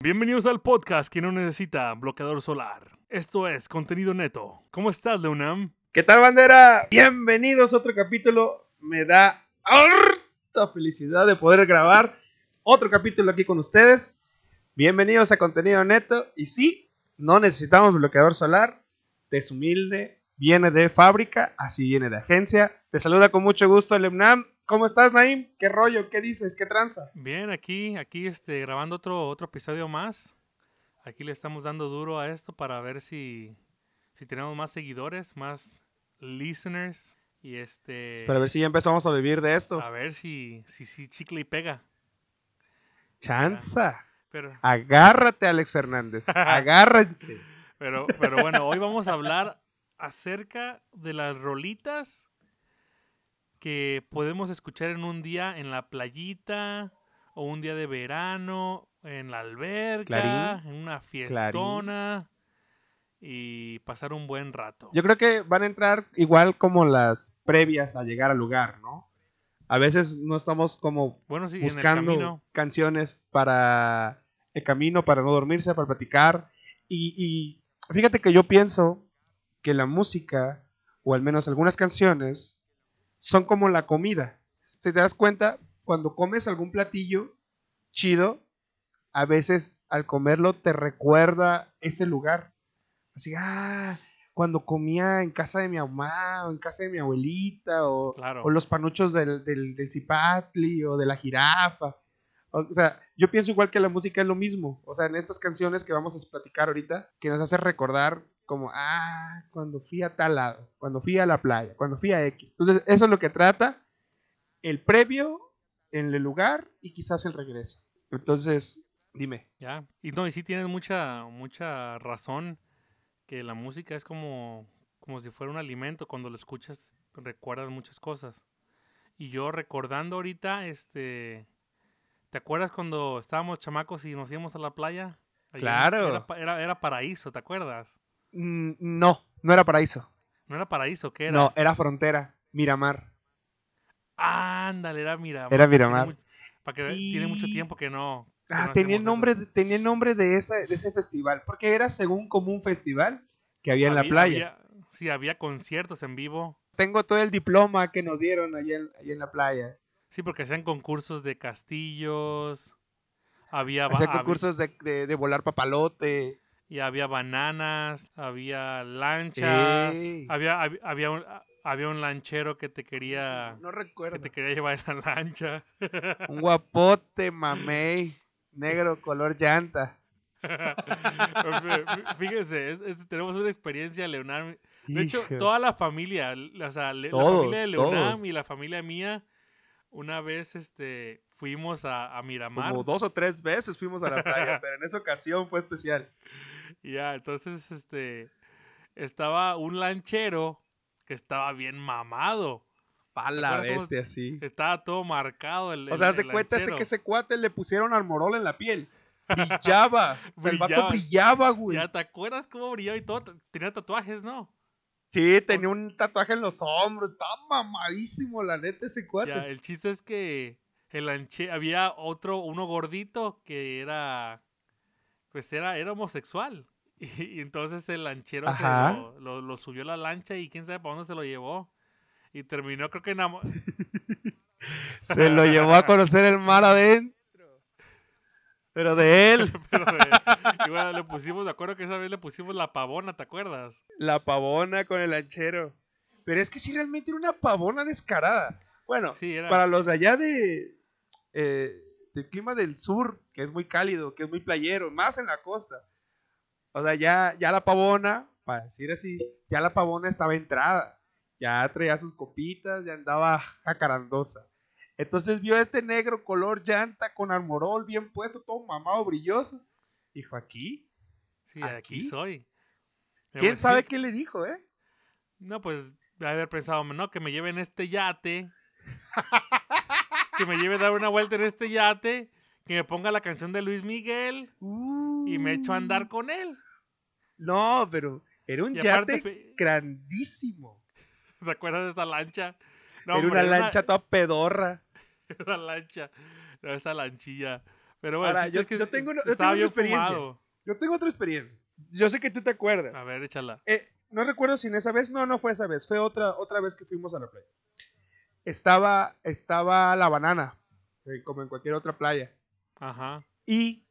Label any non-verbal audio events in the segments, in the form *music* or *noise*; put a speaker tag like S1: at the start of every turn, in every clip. S1: Bienvenidos al podcast que no necesita bloqueador solar. Esto es contenido neto. ¿Cómo estás, Leonam?
S2: ¿Qué tal, bandera? Bienvenidos a otro capítulo. Me da harta felicidad de poder grabar otro capítulo aquí con ustedes. Bienvenidos a contenido neto. Y sí, no necesitamos bloqueador solar. Es humilde, viene de fábrica, así viene de agencia. Te saluda con mucho gusto el Emnam. ¿Cómo estás, Naim? ¿Qué rollo? ¿Qué dices? ¿Qué tranza?
S1: Bien, aquí, aquí este, grabando otro, otro episodio más. Aquí le estamos dando duro a esto para ver si, si tenemos más seguidores, más listeners. Y este.
S2: Para ver si ya empezamos a vivir de esto.
S1: A ver si, si, si chicle y pega.
S2: Chanza.
S1: Pero,
S2: Agárrate, Alex Fernández. Agárrense.
S1: pero, pero bueno, hoy vamos a hablar acerca de las rolitas que podemos escuchar en un día en la playita o un día de verano, en la alberca,
S2: Clarín,
S1: en una fiestona y pasar un buen rato.
S2: Yo creo que van a entrar igual como las previas a llegar al lugar, ¿no? A veces no estamos como
S1: bueno, sí, en el
S2: buscando
S1: camino.
S2: canciones para el camino, para no dormirse, para platicar. Y, y fíjate que yo pienso que la música, o al menos algunas canciones, son como la comida. Si te das cuenta, cuando comes algún platillo chido, a veces al comerlo te recuerda ese lugar. Así, ah, cuando comía en casa de mi mamá, o en casa de mi abuelita, o,
S1: Claro.
S2: o los panuchos del, del, del cipatli o de la jirafa. O, o sea, yo pienso igual que la música es lo mismo. O sea, en estas canciones que vamos a platicar ahorita, que nos hace recordar como, ah, cuando fui a tal lado, cuando fui a la playa, cuando fui a X. Entonces, eso es lo que trata el previo, en el lugar y quizás el regreso. Entonces, dime.
S1: Ya. Y no, y sí tienes mucha, mucha razón que la música es como, como si fuera un alimento. Cuando lo escuchas, recuerdas muchas cosas. Y yo recordando ahorita, este. ¿Te acuerdas cuando estábamos chamacos y nos íbamos a la playa? Ahí era-
S2: Claro.
S1: Era, pa- era- era paraíso, ¿te acuerdas?
S2: Mm, No, no era paraíso.
S1: No era paraíso, ¿qué era?
S2: No, era frontera, Miramar.
S1: Ándale, era Miramar.
S2: Era
S1: que tiene
S2: Miramar.
S1: much- Para que ve- tiene mucho
S2: Y-
S1: tiempo que no. que
S2: Ah,
S1: no
S2: tenía el
S1: hacemos
S2: nombre,
S1: eso.
S2: de, tenía el nombre de, ese, de ese festival, porque era según como un festival que había en la
S1: Había-
S2: playa.
S1: había- sí, había conciertos en vivo.
S2: Tengo todo el diploma que nos dieron allí en, allí en la playa.
S1: Sí, porque hacían concursos de castillos. Había, ba-
S2: Hacía
S1: habi-
S2: concursos de, de- de volar papalote.
S1: y había bananas, había lanchas,
S2: Ey.
S1: había, hab- había, un, ah, había un lanchero que te quería
S2: No recuerdo.
S1: que te quería llevar en la lancha. *laughs*
S2: Un guapote, mamey. Negro, color llanta.
S1: Fíjense, es- es- tenemos una experiencia, Leonardo. De hecho,
S2: Hijo.
S1: toda la familia, l- o sea, le- la
S2: Todos,
S1: familia de Leonam
S2: todos.
S1: y la familia mía, una vez este, fuimos a, a Miramar.
S2: Como dos o tres veces fuimos a la playa, *laughs* pero en esa ocasión fue especial.
S1: Y Ya, entonces, este, estaba un lanchero que estaba bien mamado.
S2: Pala
S1: ¿Te acuerdas cómo-
S2: bestia, sí.
S1: Estaba todo marcado el
S2: O sea,
S1: el-
S2: hace
S1: el
S2: cuenta ese
S1: lanchero.
S2: que ese cuate le pusieron armorol en la piel.
S1: *laughs*
S2: Brillaba. O sea, el vato brillaba, güey.
S1: Ya, ¿te acuerdas cómo brillaba y todo? T- Tenía tatuajes, ¿no?
S2: Sí, tenía un tatuaje en los hombros. Está mamadísimo, la neta, ese cuate.
S1: Ya, el chiste es que el lanche había otro, uno gordito que era, pues era, era homosexual. *laughs* Y, y entonces el lanchero se
S2: Ajá.
S1: lo, lo- lo subió a la lancha y quién sabe para dónde se lo llevó. Y terminó, creo que enamo-
S2: Se lo llevó a conocer el mar adentro. Pero de él,
S1: Pero, *laughs* eh, y bueno, le pusimos, de acuerdo que esa vez le pusimos la pavona, ¿te acuerdas?
S2: la pavona con el lanchero. Pero es que sí, realmente era una pavona descarada. Bueno,
S1: Sí, era.
S2: para los de allá de eh, del clima del sur, que es muy cálido, que es muy playero, más en la costa. O sea, ya, ya la pavona, para decir así, ya la pavona estaba entrada. Ya traía sus copitas, ya andaba jacarandosa. Entonces vio este negro color llanta con armorol bien puesto, todo mamado, brilloso. Dijo, aquí.
S1: Sí, de aquí
S2: ¿aquí?
S1: soy. Me
S2: ¿Quién
S1: voy-
S2: sabe
S1: sí,
S2: qué le dijo, eh?
S1: No, pues, de haber pensado, no, que me lleven este
S2: *laughs*
S1: yate. que me lleve a dar una vuelta en este yate. Que me ponga la canción de Luis Miguel y me echo a andar con él.
S2: No, pero era un
S1: Y aparte,
S2: yate
S1: fe- *laughs*
S2: grandísimo.
S1: ¿te acuerdas de esta lancha? No,
S2: era
S1: hombre, *laughs*
S2: una lancha toda pedorra.
S1: Esa lancha, no, esa lanchilla. Pero bueno, el
S2: Ahora,
S1: chiste
S2: yo-
S1: es que
S2: yo tengo una- yo
S1: estaba
S2: tengo una
S1: bien
S2: experiencia.
S1: fumado.
S2: Yo tengo otra experiencia. Yo sé que tú te acuerdas.
S1: A ver, échala.
S2: Eh, no recuerdo si en esa vez, no, no fue esa vez, fue otra, otra vez que fuimos a la playa. Estaba, estaba la banana, eh, como en cualquier otra playa.
S1: Ajá.
S2: Y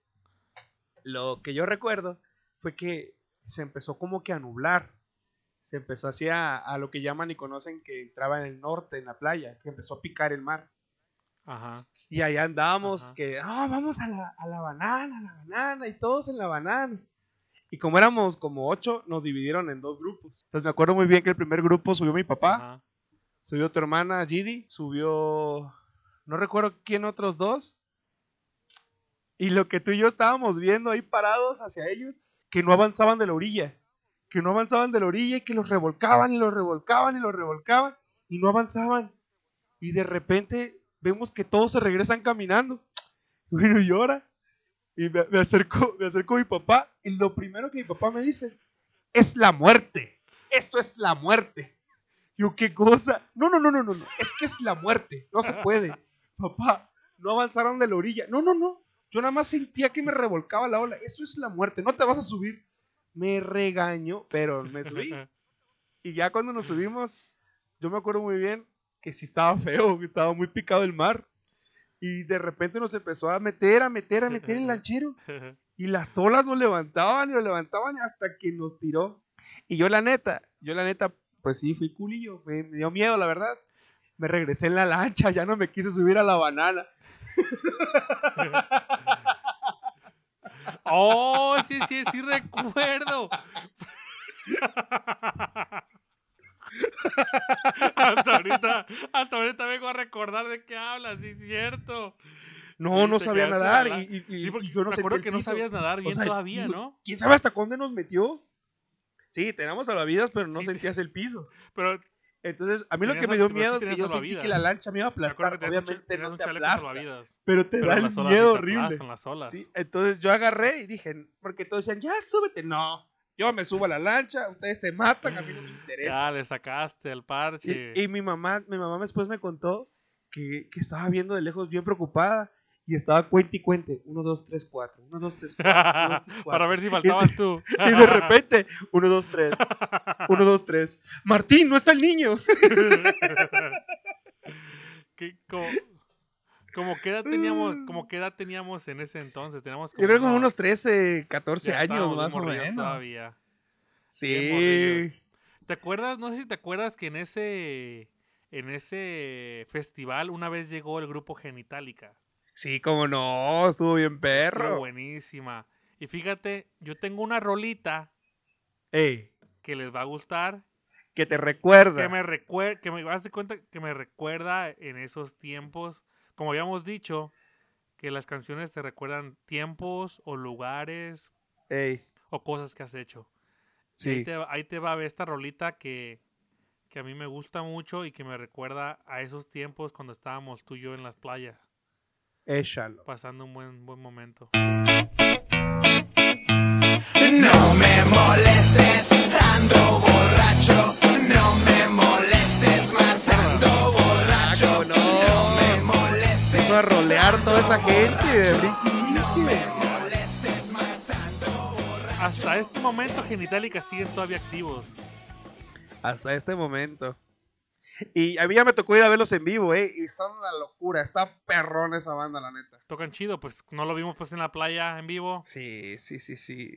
S2: lo que yo recuerdo fue que se empezó como que a nublar. Se empezó hacia a lo que llaman y conocen que entraba en el norte, en la playa, que empezó a picar el mar.
S1: Ajá.
S2: Y allá andábamos,
S1: Ajá.
S2: que, ah, vamos a la, a la banana, a la banana, y todos en la banana. Y como éramos como ocho, nos dividieron en dos grupos. Entonces me acuerdo muy bien que el primer grupo subió mi papá,
S1: Ajá.
S2: subió tu hermana Gidi, subió, no recuerdo quién otros dos. Y lo que tú y yo estábamos viendo ahí parados hacia ellos, que no avanzaban de la orilla, que no avanzaban de la orilla y que los revolcaban y los revolcaban y los revolcaban y no avanzaban. Y de repente vemos que todos se regresan caminando. Bueno, y ahora. Y me, me acerco, me acerco a mi papá y lo primero que mi papá me dice es la muerte. Eso es la muerte. Yo, qué cosa. No, no, no, no, no, no. Es que es la muerte. No se puede. *laughs* Papá, no avanzaron de la orilla. No, no, no. Yo nada más sentía que me revolcaba la ola. Eso es la muerte. No te vas a subir. Me regaño, pero me subí. Y ya cuando nos subimos, yo me acuerdo muy bien que sí estaba feo, *laughs* que estaba muy picado el mar. Y de repente nos empezó a meter, a meter, a
S1: *laughs*
S2: meter el lanchero. Y las olas nos levantaban y nos levantaban hasta que nos tiró. Y yo la neta, yo la neta, pues sí, fui culillo. Me, me dio miedo, la verdad. Me regresé en la lancha, ya no me quise subir a la banana.
S1: *laughs* Oh, sí, sí, sí recuerdo. *laughs* hasta ahorita, hasta ahorita vengo a recordar de qué hablas, sí es cierto.
S2: No,
S1: Sí,
S2: no
S1: te
S2: sabía
S1: quedaste
S2: nadar.
S1: en la
S2: Y, y- y-
S1: Sí, porque
S2: y yo no
S1: me
S2: sentí
S1: acuerdo
S2: el
S1: que no
S2: piso.
S1: sabías nadar
S2: O
S1: bien
S2: sea,
S1: todavía, ¿no?
S2: ¿Quién sabe hasta dónde nos metió? Sí, teníamos salvavidas, pero no
S1: Sí, te-
S2: sentías el piso.
S1: Pero
S2: Entonces, a mí lo
S1: Tenías
S2: que me
S1: sal-
S2: dio
S1: pero sí
S2: miedo es que
S1: tenías
S2: yo sentí
S1: salvavidas.
S2: que la lancha me iba a
S1: me acuerdo que
S2: aplastar.
S1: tenías un cha-
S2: Obviamente
S1: tenías
S2: no
S1: un
S2: te
S1: chaleco
S2: aplasta,
S1: salvavidas.
S2: pero te
S1: Pero
S2: da
S1: las
S2: el
S1: olas sí te
S2: miedo horrible.
S1: aplastan, las olas.
S2: Sí, entonces yo agarré y dije, porque todos decían, ya súbete. No, yo me subo a la lancha, ustedes se matan, a mí no me interesa.
S1: Ya le sacaste el
S2: Y-
S1: parche.
S2: Y, mi mamá, mi mamá después me contó que, que estaba viendo de lejos bien preocupada y estaba cuente y cuente, 1, 2, 3, 4, 1, 2, 3, 4, 1, 2, 3, 4.
S1: *laughs* Para ver si faltabas tú.
S2: *laughs* Y de repente, 1, 2, 3, 1, 2, 3. Martín, no está el niño.
S1: *laughs* Que como, como qué edad teníamos, como qué edad teníamos en ese entonces, teníamos
S2: Mm. Yo creo como unos 13, 14
S1: ya
S2: años
S1: estábamos
S2: más o
S1: morrillos
S2: menos.
S1: Todavía.
S2: Sí.
S1: morrillos. ¿Te acuerdas? No sé si te acuerdas que en ese en ese festival una vez llegó el grupo Genitalica.
S2: Sí, como no, estuvo bien
S1: Estuvo
S2: perro.
S1: buenísima. Y fíjate, yo tengo una rolita
S2: Ey,
S1: que les va a gustar,
S2: que te recuerda.
S1: que me recuerda, que me vas de cuenta que me recuerda en esos tiempos, como habíamos dicho, que las canciones te recuerdan tiempos o lugares
S2: Ey,
S1: o cosas que has hecho. Y Ahí
S2: sí.
S1: te, ahí te va a ver esta rolita que, que a mí me gusta mucho y que me recuerda a esos tiempos cuando estábamos tú y yo en las playas,
S2: Échalo.
S1: pasando un buen, buen momento.
S3: No me molestes estando borracho, no me molestes más ando borracho, no me molestes,
S2: Vino a rolear toda esa gente de
S3: molestes más ando borracho.
S1: Hasta este momento Genitalica siguen todavía activos.
S2: Hasta este momento. Y a mí ya me tocó ir a verlos en vivo, eh. Y son una locura. Está perrón esa banda, la neta.
S1: Tocan chido, pues no lo vimos pues en la playa en vivo.
S2: Sí, sí, sí, sí.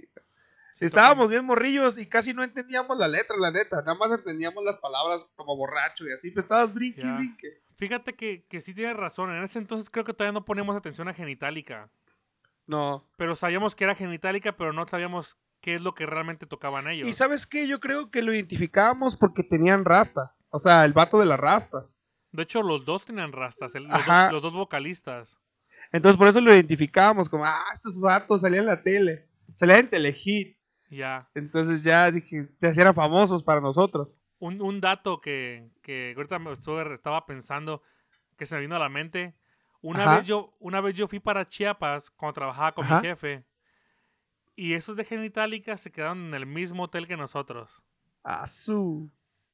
S1: Sí
S2: Estábamos bien morrillos y casi no entendíamos la letra, la neta. Nada más entendíamos las palabras como borracho y así. Pero estabas brinque, y
S1: Ya.
S2: brinque.
S1: tocan- Fíjate que, que sí tienes razón. En ese entonces creo que todavía no poníamos atención a Genitalica.
S2: No.
S1: Pero sabíamos que era Genitalica, pero no sabíamos qué es lo que realmente tocaban ellos.
S2: Y sabes qué, yo creo que lo identificábamos porque tenían rasta. O sea, el vato de las rastas.
S1: De hecho, los dos tenían rastas, el- los,
S2: Ajá.
S1: dos, los dos vocalistas.
S2: Entonces por eso lo identificábamos como, ah, estos vatos salían en la tele. Salían en Telehit.
S1: Ya.
S2: Entonces ya dije, te hacían famosos para nosotros.
S1: Un, un dato que, que ahorita me estuve- estaba pensando, que se me vino a la mente. Una
S2: Ajá.
S1: vez, yo, una vez yo fui para Chiapas cuando trabajaba con
S2: Ajá.
S1: mi jefe. Y esos de Genitalica se quedaron en el mismo hotel que nosotros.
S2: Ah, su.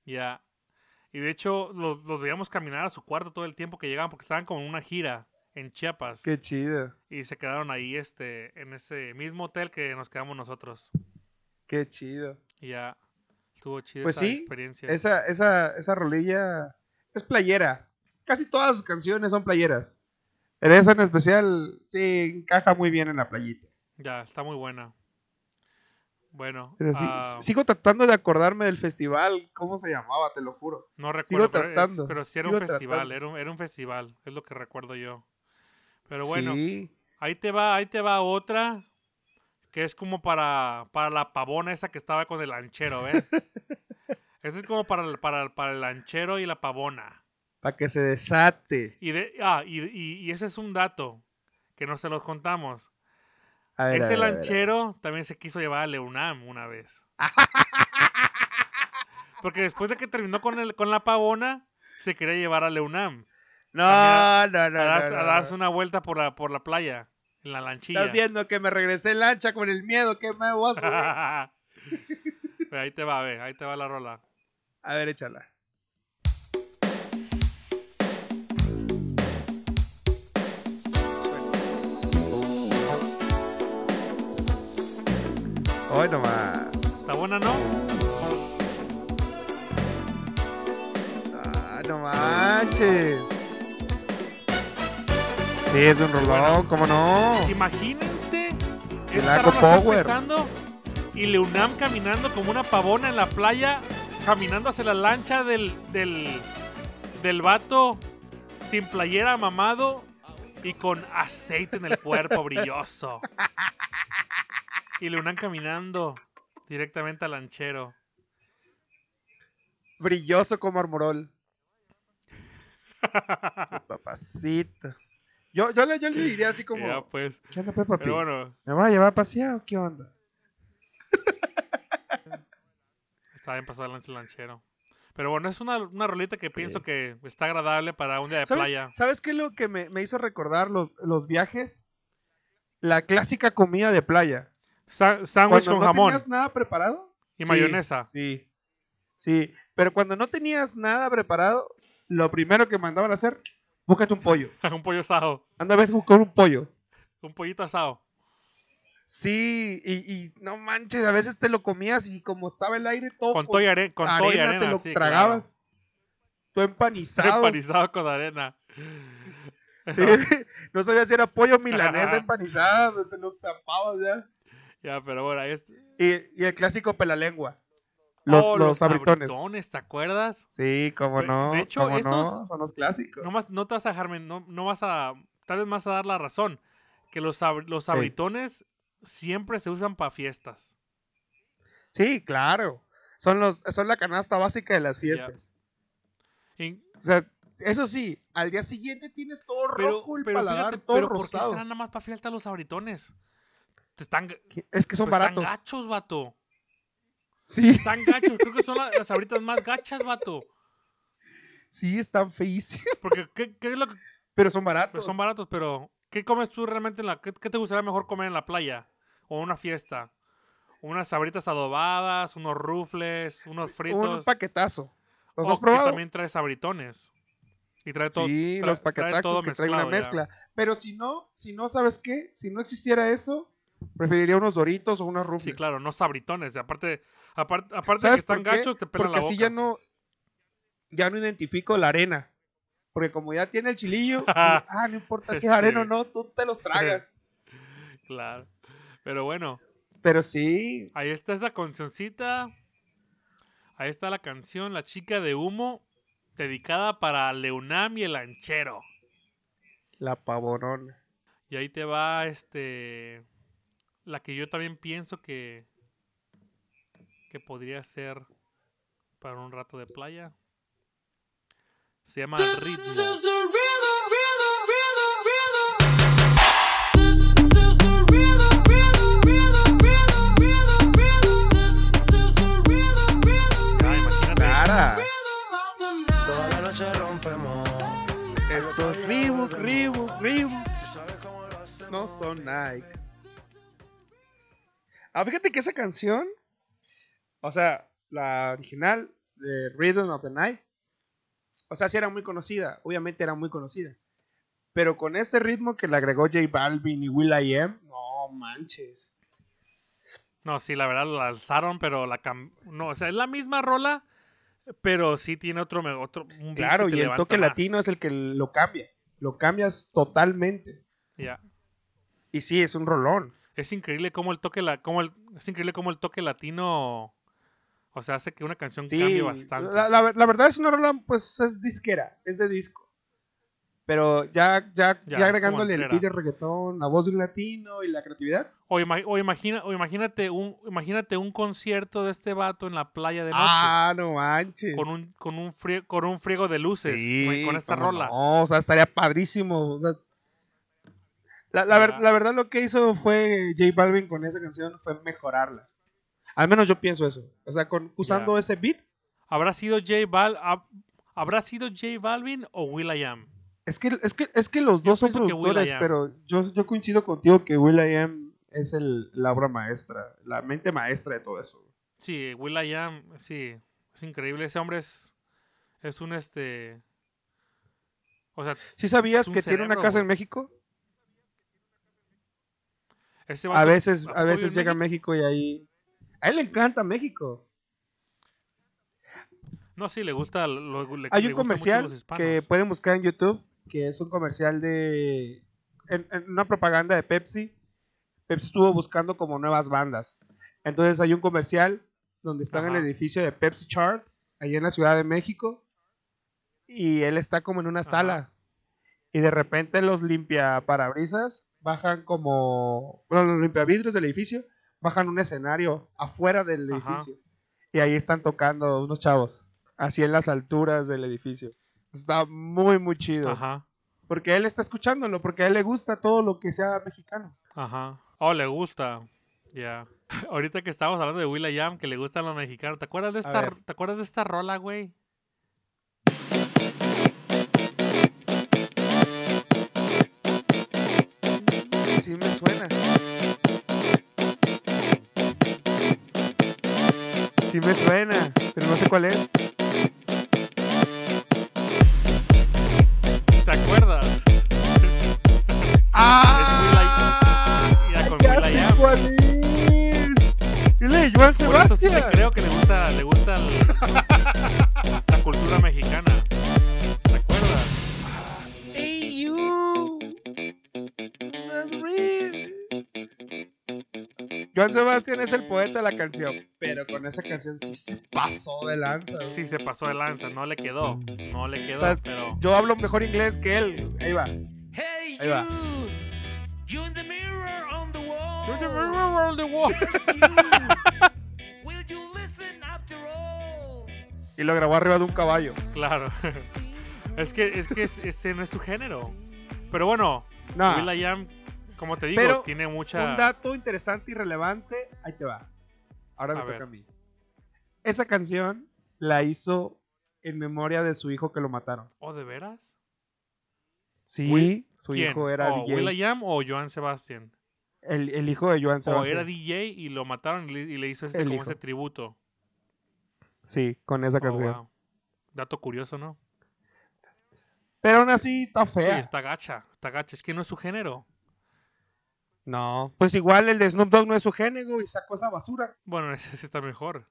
S1: Ya. Y de hecho, los, los veíamos caminar a su cuarto todo el tiempo que llegaban porque estaban como en una gira. en Chiapas.
S2: Qué chido.
S1: Y se quedaron ahí este, en ese mismo hotel que nos quedamos nosotros.
S2: Qué chido.
S1: Y ya estuvo chida
S2: Pues
S1: esa
S2: sí,
S1: experiencia.
S2: Esa, esa, esa rolilla es playera. Casi todas sus canciones son playeras. Pero esa en especial sí encaja muy bien en la playita.
S1: Ya, está muy buena. Bueno,
S2: Pero sí-
S1: ah,
S2: sigo tratando de acordarme del festival, cómo se llamaba, te lo juro.
S1: no
S2: sigo
S1: recuerdo, pero, es-
S2: tratando,
S1: pero sí era
S2: sigo
S1: un festival,
S2: tratando.
S1: era un, era un festival, es lo que recuerdo yo. Pero bueno,
S2: Sí.
S1: ahí te va, ahí te va otra que es como para, para la pavona esa que estaba con el lanchero, ¿ves?
S2: *laughs*
S1: Esa es como para, el- para, el- para el lanchero y la pavona.
S2: Para que se desate.
S1: Y, de, ah, y, y- y ese es un dato que no se los contamos.
S2: A ver, a
S1: Ese
S2: ver, a ver, a ver.
S1: lanchero también se quiso llevar a Leunam una
S2: *laughs*
S1: vez. Porque después de que terminó con, el, con la pavona, se quería llevar a Leunam.
S2: No, no, no.
S1: Ah, A darse,
S2: no,
S1: a
S2: no,
S1: darse
S2: no.
S1: una vuelta por la, por la playa, en la lanchilla.
S2: Estás viendo que me regresé en lancha con el miedo que me voy a subir?
S1: *laughs* Ve, ahí te va, ve, ahí te va la rola.
S2: A ver, échala. Hoy nomás.
S1: ¿Está buena, no?
S2: Ah, no manches. Sí, es un rolón,
S1: Bueno.
S2: ¿cómo no?
S1: Imagínense.
S2: Que
S1: esta
S2: la hago
S1: rola está
S2: power.
S1: empezando Y Leunam caminando como una pavona en la playa, caminando hacia la lancha del, del, del vato sin playera mamado y con aceite en el cuerpo brilloso. Y Leunam caminando directamente al lanchero.
S2: Brilloso
S1: *laughs*
S2: como armorol. Papacito. Yo, yo, le, yo le diría así como,
S1: Ya, pues.
S2: ¿qué onda, pues, papi?
S1: Pero bueno,
S2: ¿Me vas a llevar a pasear o qué onda?
S1: Está bien pasado el lance el lanchero. Pero bueno, es una, una rolita que pienso que está agradable para un día de
S2: ¿Sabes,
S1: playa.
S2: ¿Sabes qué es lo que me, me hizo recordar los, los viajes? La clásica comida de playa.
S1: Sa- Sándwich
S2: Cuando
S1: con
S2: no
S1: jamón
S2: tenías nada preparado.
S1: y
S2: Sí,
S1: mayonesa.
S2: Sí, sí. Pero cuando no tenías nada preparado, lo primero que mandaban a hacer, búscate un pollo.
S1: *laughs* un pollo asado.
S2: Anda a ver buscar un pollo.
S1: Un pollito asado.
S2: Sí, y, y no manches, a veces te lo comías y como estaba el aire todo
S1: Con todo y are- con todo y arena.
S2: te lo
S1: sí, claro.
S2: tragabas. Todo empanizado.
S1: Empanizado con arena. *laughs*
S2: Sí, *laughs* no sabía si era pollo milanesa empanizada, te lo tapabas ya.
S1: Ya, pero bueno, ahí es...
S2: Y, y el clásico pelalengua. Los,
S1: Oh,
S2: los abritones.
S1: abritones, ¿te acuerdas?
S2: Sí, cómo
S1: Pe-
S2: no.
S1: de hecho,
S2: cómo no,
S1: esos-
S2: son los clásicos.
S1: No, más, no te vas a dejarme, no, no vas a, tal vez me vas a dar la razón, que los, abri- los abritones siempre se usan para fiestas.
S2: Sí, claro. Son los son la canasta básica de las fiestas.
S1: Y-
S2: O sea, eso sí, al día siguiente tienes todo
S1: Pero,
S2: rojo el
S1: pero
S2: paladar,
S1: fíjate,
S2: todo
S1: pero ¿por qué
S2: rosado.
S1: serán nada más para fiestas los abritones? Están, ga-
S2: Es que son
S1: pues,
S2: baratos.
S1: Están gachos, vato.
S2: Sí, *laughs*
S1: Están gachos. Creo que son la- las abritas más gachas, vato.
S2: sí, están feísimos,
S1: Porque ¿qué, qué es lo que,
S2: pero son baratos.
S1: pues, son baratos, pero ¿qué comes tú realmente en la qué, qué te gustaría mejor comer en la playa o en una fiesta? Unas abritas adobadas, unos rufles, unos fritos.
S2: Un paquetazo. ¿Los
S1: o
S2: has
S1: que
S2: probado?
S1: también traes abritones. Y trae todo.
S2: Sí,
S1: tra-
S2: los
S1: trae todo
S2: paquetazos que traen una
S1: mezclado ya.
S2: mezcla. Pero si no, si no sabes qué, si no existiera eso, preferiría unos doritos o unos rufles.
S1: Sí, claro, no sabritones. y Aparte, aparte, aparte de que
S2: ¿Sabes
S1: están
S2: por qué?
S1: gachos, te pelan
S2: Porque
S1: la boca.
S2: así ya no, ya no identifico la arena. Porque como ya tiene
S1: *laughs*
S2: el chilillo, digo, ah, no importa si
S1: Sí.
S2: es arena o no, tú te los
S1: eh.
S2: tragas.
S1: Claro. Pero bueno,
S2: Pero sí,
S1: ahí está esa cancioncita. Ahí está la canción La chica de humo, dedicada para Leunam y el lanchero.
S2: la pavorona.
S1: Y ahí te va este la que yo también pienso que que podría ser para un rato de playa. Se llama
S4: This
S1: Ritmo.
S4: is the rhythm, rhythm, rhythm, rhythm. This is the rhythm, rhythm, rhythm, rhythm, rhythm, rhythm. This is the rhythm, rhythm,
S1: Ya, Ah, imagínate.
S2: Clara,
S4: rhythm of the night.
S3: Toda la noche rompemos.
S2: estos Reebok, Reebok, Reebok no son Nike. Ah, fíjate que esa canción, o sea, la original de Rhythm of the Night, o sea, sí era muy conocida, obviamente era muy conocida. Pero con este ritmo que le agregó J Balvin y Will I Am, no manches.
S1: No, sí, la verdad la alzaron, pero la cam... No, o sea, es la misma rola, pero sí tiene otro... me- otro un beat
S2: Claro,
S1: que te
S2: y el
S1: levanta
S2: toque
S1: más.
S2: latino es el que lo cambia. Lo cambias totalmente.
S1: Ya.
S2: Y sí, es un rolón.
S1: Es increíble cómo el toque la... cómo el... Es increíble cómo el toque latino... O sea, hace que una canción
S2: Sí,
S1: cambie bastante.
S2: La, la- la verdad es una rola, pues es disquera, es de disco. Pero ya, ya,
S1: Ya,
S2: ya,
S1: es
S2: agregándole
S1: como
S2: el
S1: entera.
S2: video reggaetón, la voz de un latino y la creatividad.
S1: O, ima- o imagina, o imagínate, un, imagínate un concierto de este vato en la playa de noche.
S2: Ah, no manches.
S1: con un, con un frie- con un friego de luces güey, con esta
S2: cómo
S1: rola.
S2: No, o sea, estaría padrísimo. o sea. la, la ver-
S1: Ya.
S2: la verdad lo que hizo fue J Balvin con esa canción fue mejorarla. Al menos yo pienso eso. O sea, con, usando
S1: Ya.
S2: ese beat,
S1: ¿Habrá sido J Bal hab- ¿Habrá sido J Balvin o Will I Am?
S2: es que, es que, es que los dos son
S1: pienso que Will.i.am.
S2: productores, pero yo, yo coincido contigo que Will I Am es el, la obra maestra, la mente maestra de todo eso.
S1: Sí, Will I Am, sí. Es increíble. Ese hombre es, es un este. O sea,
S2: ¿Sí sabías
S1: Es un
S2: que tiene una
S1: cerebro,
S2: casa
S1: güey.
S2: en México?
S1: ese
S2: A
S1: vato-
S2: veces,
S1: ¿a
S2: a
S1: poco vive
S2: veces
S1: en
S2: llega a
S1: México?
S2: México y ahí. A él le encanta México.
S1: No, sí, le gusta. lo- le-
S2: Hay
S1: le gusta
S2: un
S1: mucho los
S2: comercial
S1: hispanos.
S2: que pueden buscar en YouTube, que es un comercial de en- en una propaganda de Pepsi. Pepsi estuvo buscando como nuevas bandas. Entonces hay un comercial donde están en
S1: Ajá.
S2: el edificio de Pepsi Chart, allá en la Ciudad de México, y él está como en una
S1: Ajá.
S2: sala. Y de repente los limpia parabrisas bajan como, bueno, los limpia vidrios del edificio, bajan un escenario afuera del
S1: Ajá.
S2: edificio. Y ahí están tocando unos chavos así en las alturas del edificio. Está muy, muy chido.
S1: Ajá,
S2: Porque él está escuchándolo, porque a él le gusta todo lo que sea mexicano.
S1: ajá. Oh, le gusta. Ya. *laughs* Ahorita que estábamos hablando de Will I Am, que le gustan los mexicanos. ¿Te acuerdas de
S2: A
S1: esta,
S2: ver.
S1: ¿te acuerdas de esta rola, güey?
S2: Sí me suena. Sí me suena, pero no sé cuál es.
S1: ¿Te acuerdas?
S2: ¡Ah!
S1: Ya con
S2: ¡Ya
S1: Will I
S2: sé
S1: Am.
S2: cuál es! Dile, Joan
S1: Por eso sí te
S2: Sebastián.
S1: creo que le gusta, le gusta
S2: *laughs*
S1: el- la cultura mexicana. ¿Te acuerdas?
S2: Hey, you. That's real. Joan Sebastián es el poeta de la canción, pero con esa canción sí se pasó de lanza. güey.
S1: Sí, se pasó de lanza, no le quedó. No le
S2: O
S1: quedó,
S2: sea,
S1: pero.
S2: Yo hablo mejor inglés que él. Ahí va.
S3: Hey,
S2: Ahí va.
S3: you. You in the mirror on the wall.
S2: *laughs*
S3: Will you listen after all?
S2: Y lo grabó arriba de un caballo.
S1: *laughs* Claro. *laughs* Es que, es que es- ese no es su género. Pero bueno,
S2: No.
S1: Will I Am, como te digo,
S2: Pero
S1: tiene mucha.
S2: Un dato interesante y relevante. Ahí te va. Ahora me
S1: A
S2: toca
S1: ver.
S2: a mí. Esa canción la hizo en memoria de su hijo que lo mataron.
S1: ¿O de veras?
S2: Sí.
S1: Will-
S2: su
S1: ¿Quién?
S2: hijo era
S1: ¿O
S2: DJ.
S1: Will I Am o Joan Sebastián?
S2: El, el hijo de Joan
S1: O
S2: Sebastián.
S1: Oh, era DJ y lo mataron y le, y le hizo este,
S2: El
S1: como
S2: hijo.
S1: ese tributo.
S2: Sí, con esa
S1: Oh,
S2: canción.
S1: wow. Dato curioso, ¿no?
S2: Pero aún así está
S1: Sí,
S2: fea.
S1: está gacha, está gacha. Es que no es su género.
S2: No. Pues igual el de Snoop Dogg no es su género y sacó esa basura.
S1: Bueno, *laughs* ese sí está mejor.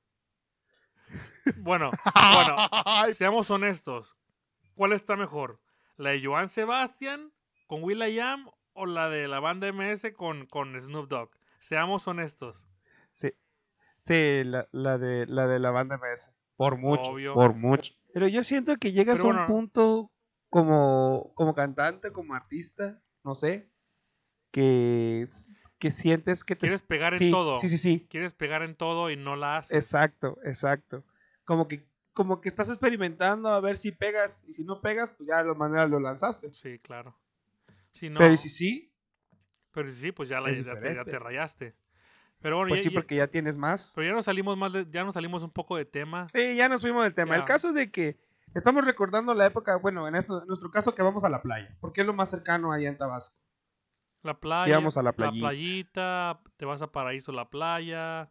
S2: *laughs*
S1: Bueno, bueno,
S2: Ay,
S1: seamos honestos. ¿Cuál está mejor? ¿La de Joan Sebastián con Will.i.am o la de la banda MS con, con Snoop Dogg? Seamos honestos.
S2: sí, sí la, la de, la de la banda MS. Por mucho.
S1: Obvio.
S2: Por mucho. Pero yo siento que llegas
S1: Pero
S2: a un
S1: bueno.
S2: punto como, como cantante, como artista, no sé, que, que sientes que te...
S1: Quieres pegar en
S2: sí,
S1: todo.
S2: Sí, sí, sí.
S1: Quieres pegar en todo y no la haces.
S2: Exacto, exacto. Como que, como que estás experimentando a ver si pegas y si no pegas, pues ya de la manera lo lanzaste.
S1: Sí, claro. Si no,
S2: Pero ¿y si sí,
S1: pero si sí, pues ya, la-
S2: es
S1: ya te, ya
S2: diferente.
S1: te rayaste. Pero bueno,
S2: pues
S1: ya,
S2: sí,
S1: ya-
S2: porque ya tienes más.
S1: pero ya nos salimos más de- ya nos salimos un poco de tema.
S2: Sí, ya nos fuimos del tema.
S1: Ya.
S2: El caso de que estamos recordando la época, bueno, en, esto- en nuestro caso que vamos a la playa, porque es lo más cercano allá en Tabasco.
S1: La playa.
S2: Íbamos a la
S1: La
S2: playita.
S1: playita, te vas a Paraíso, la playa,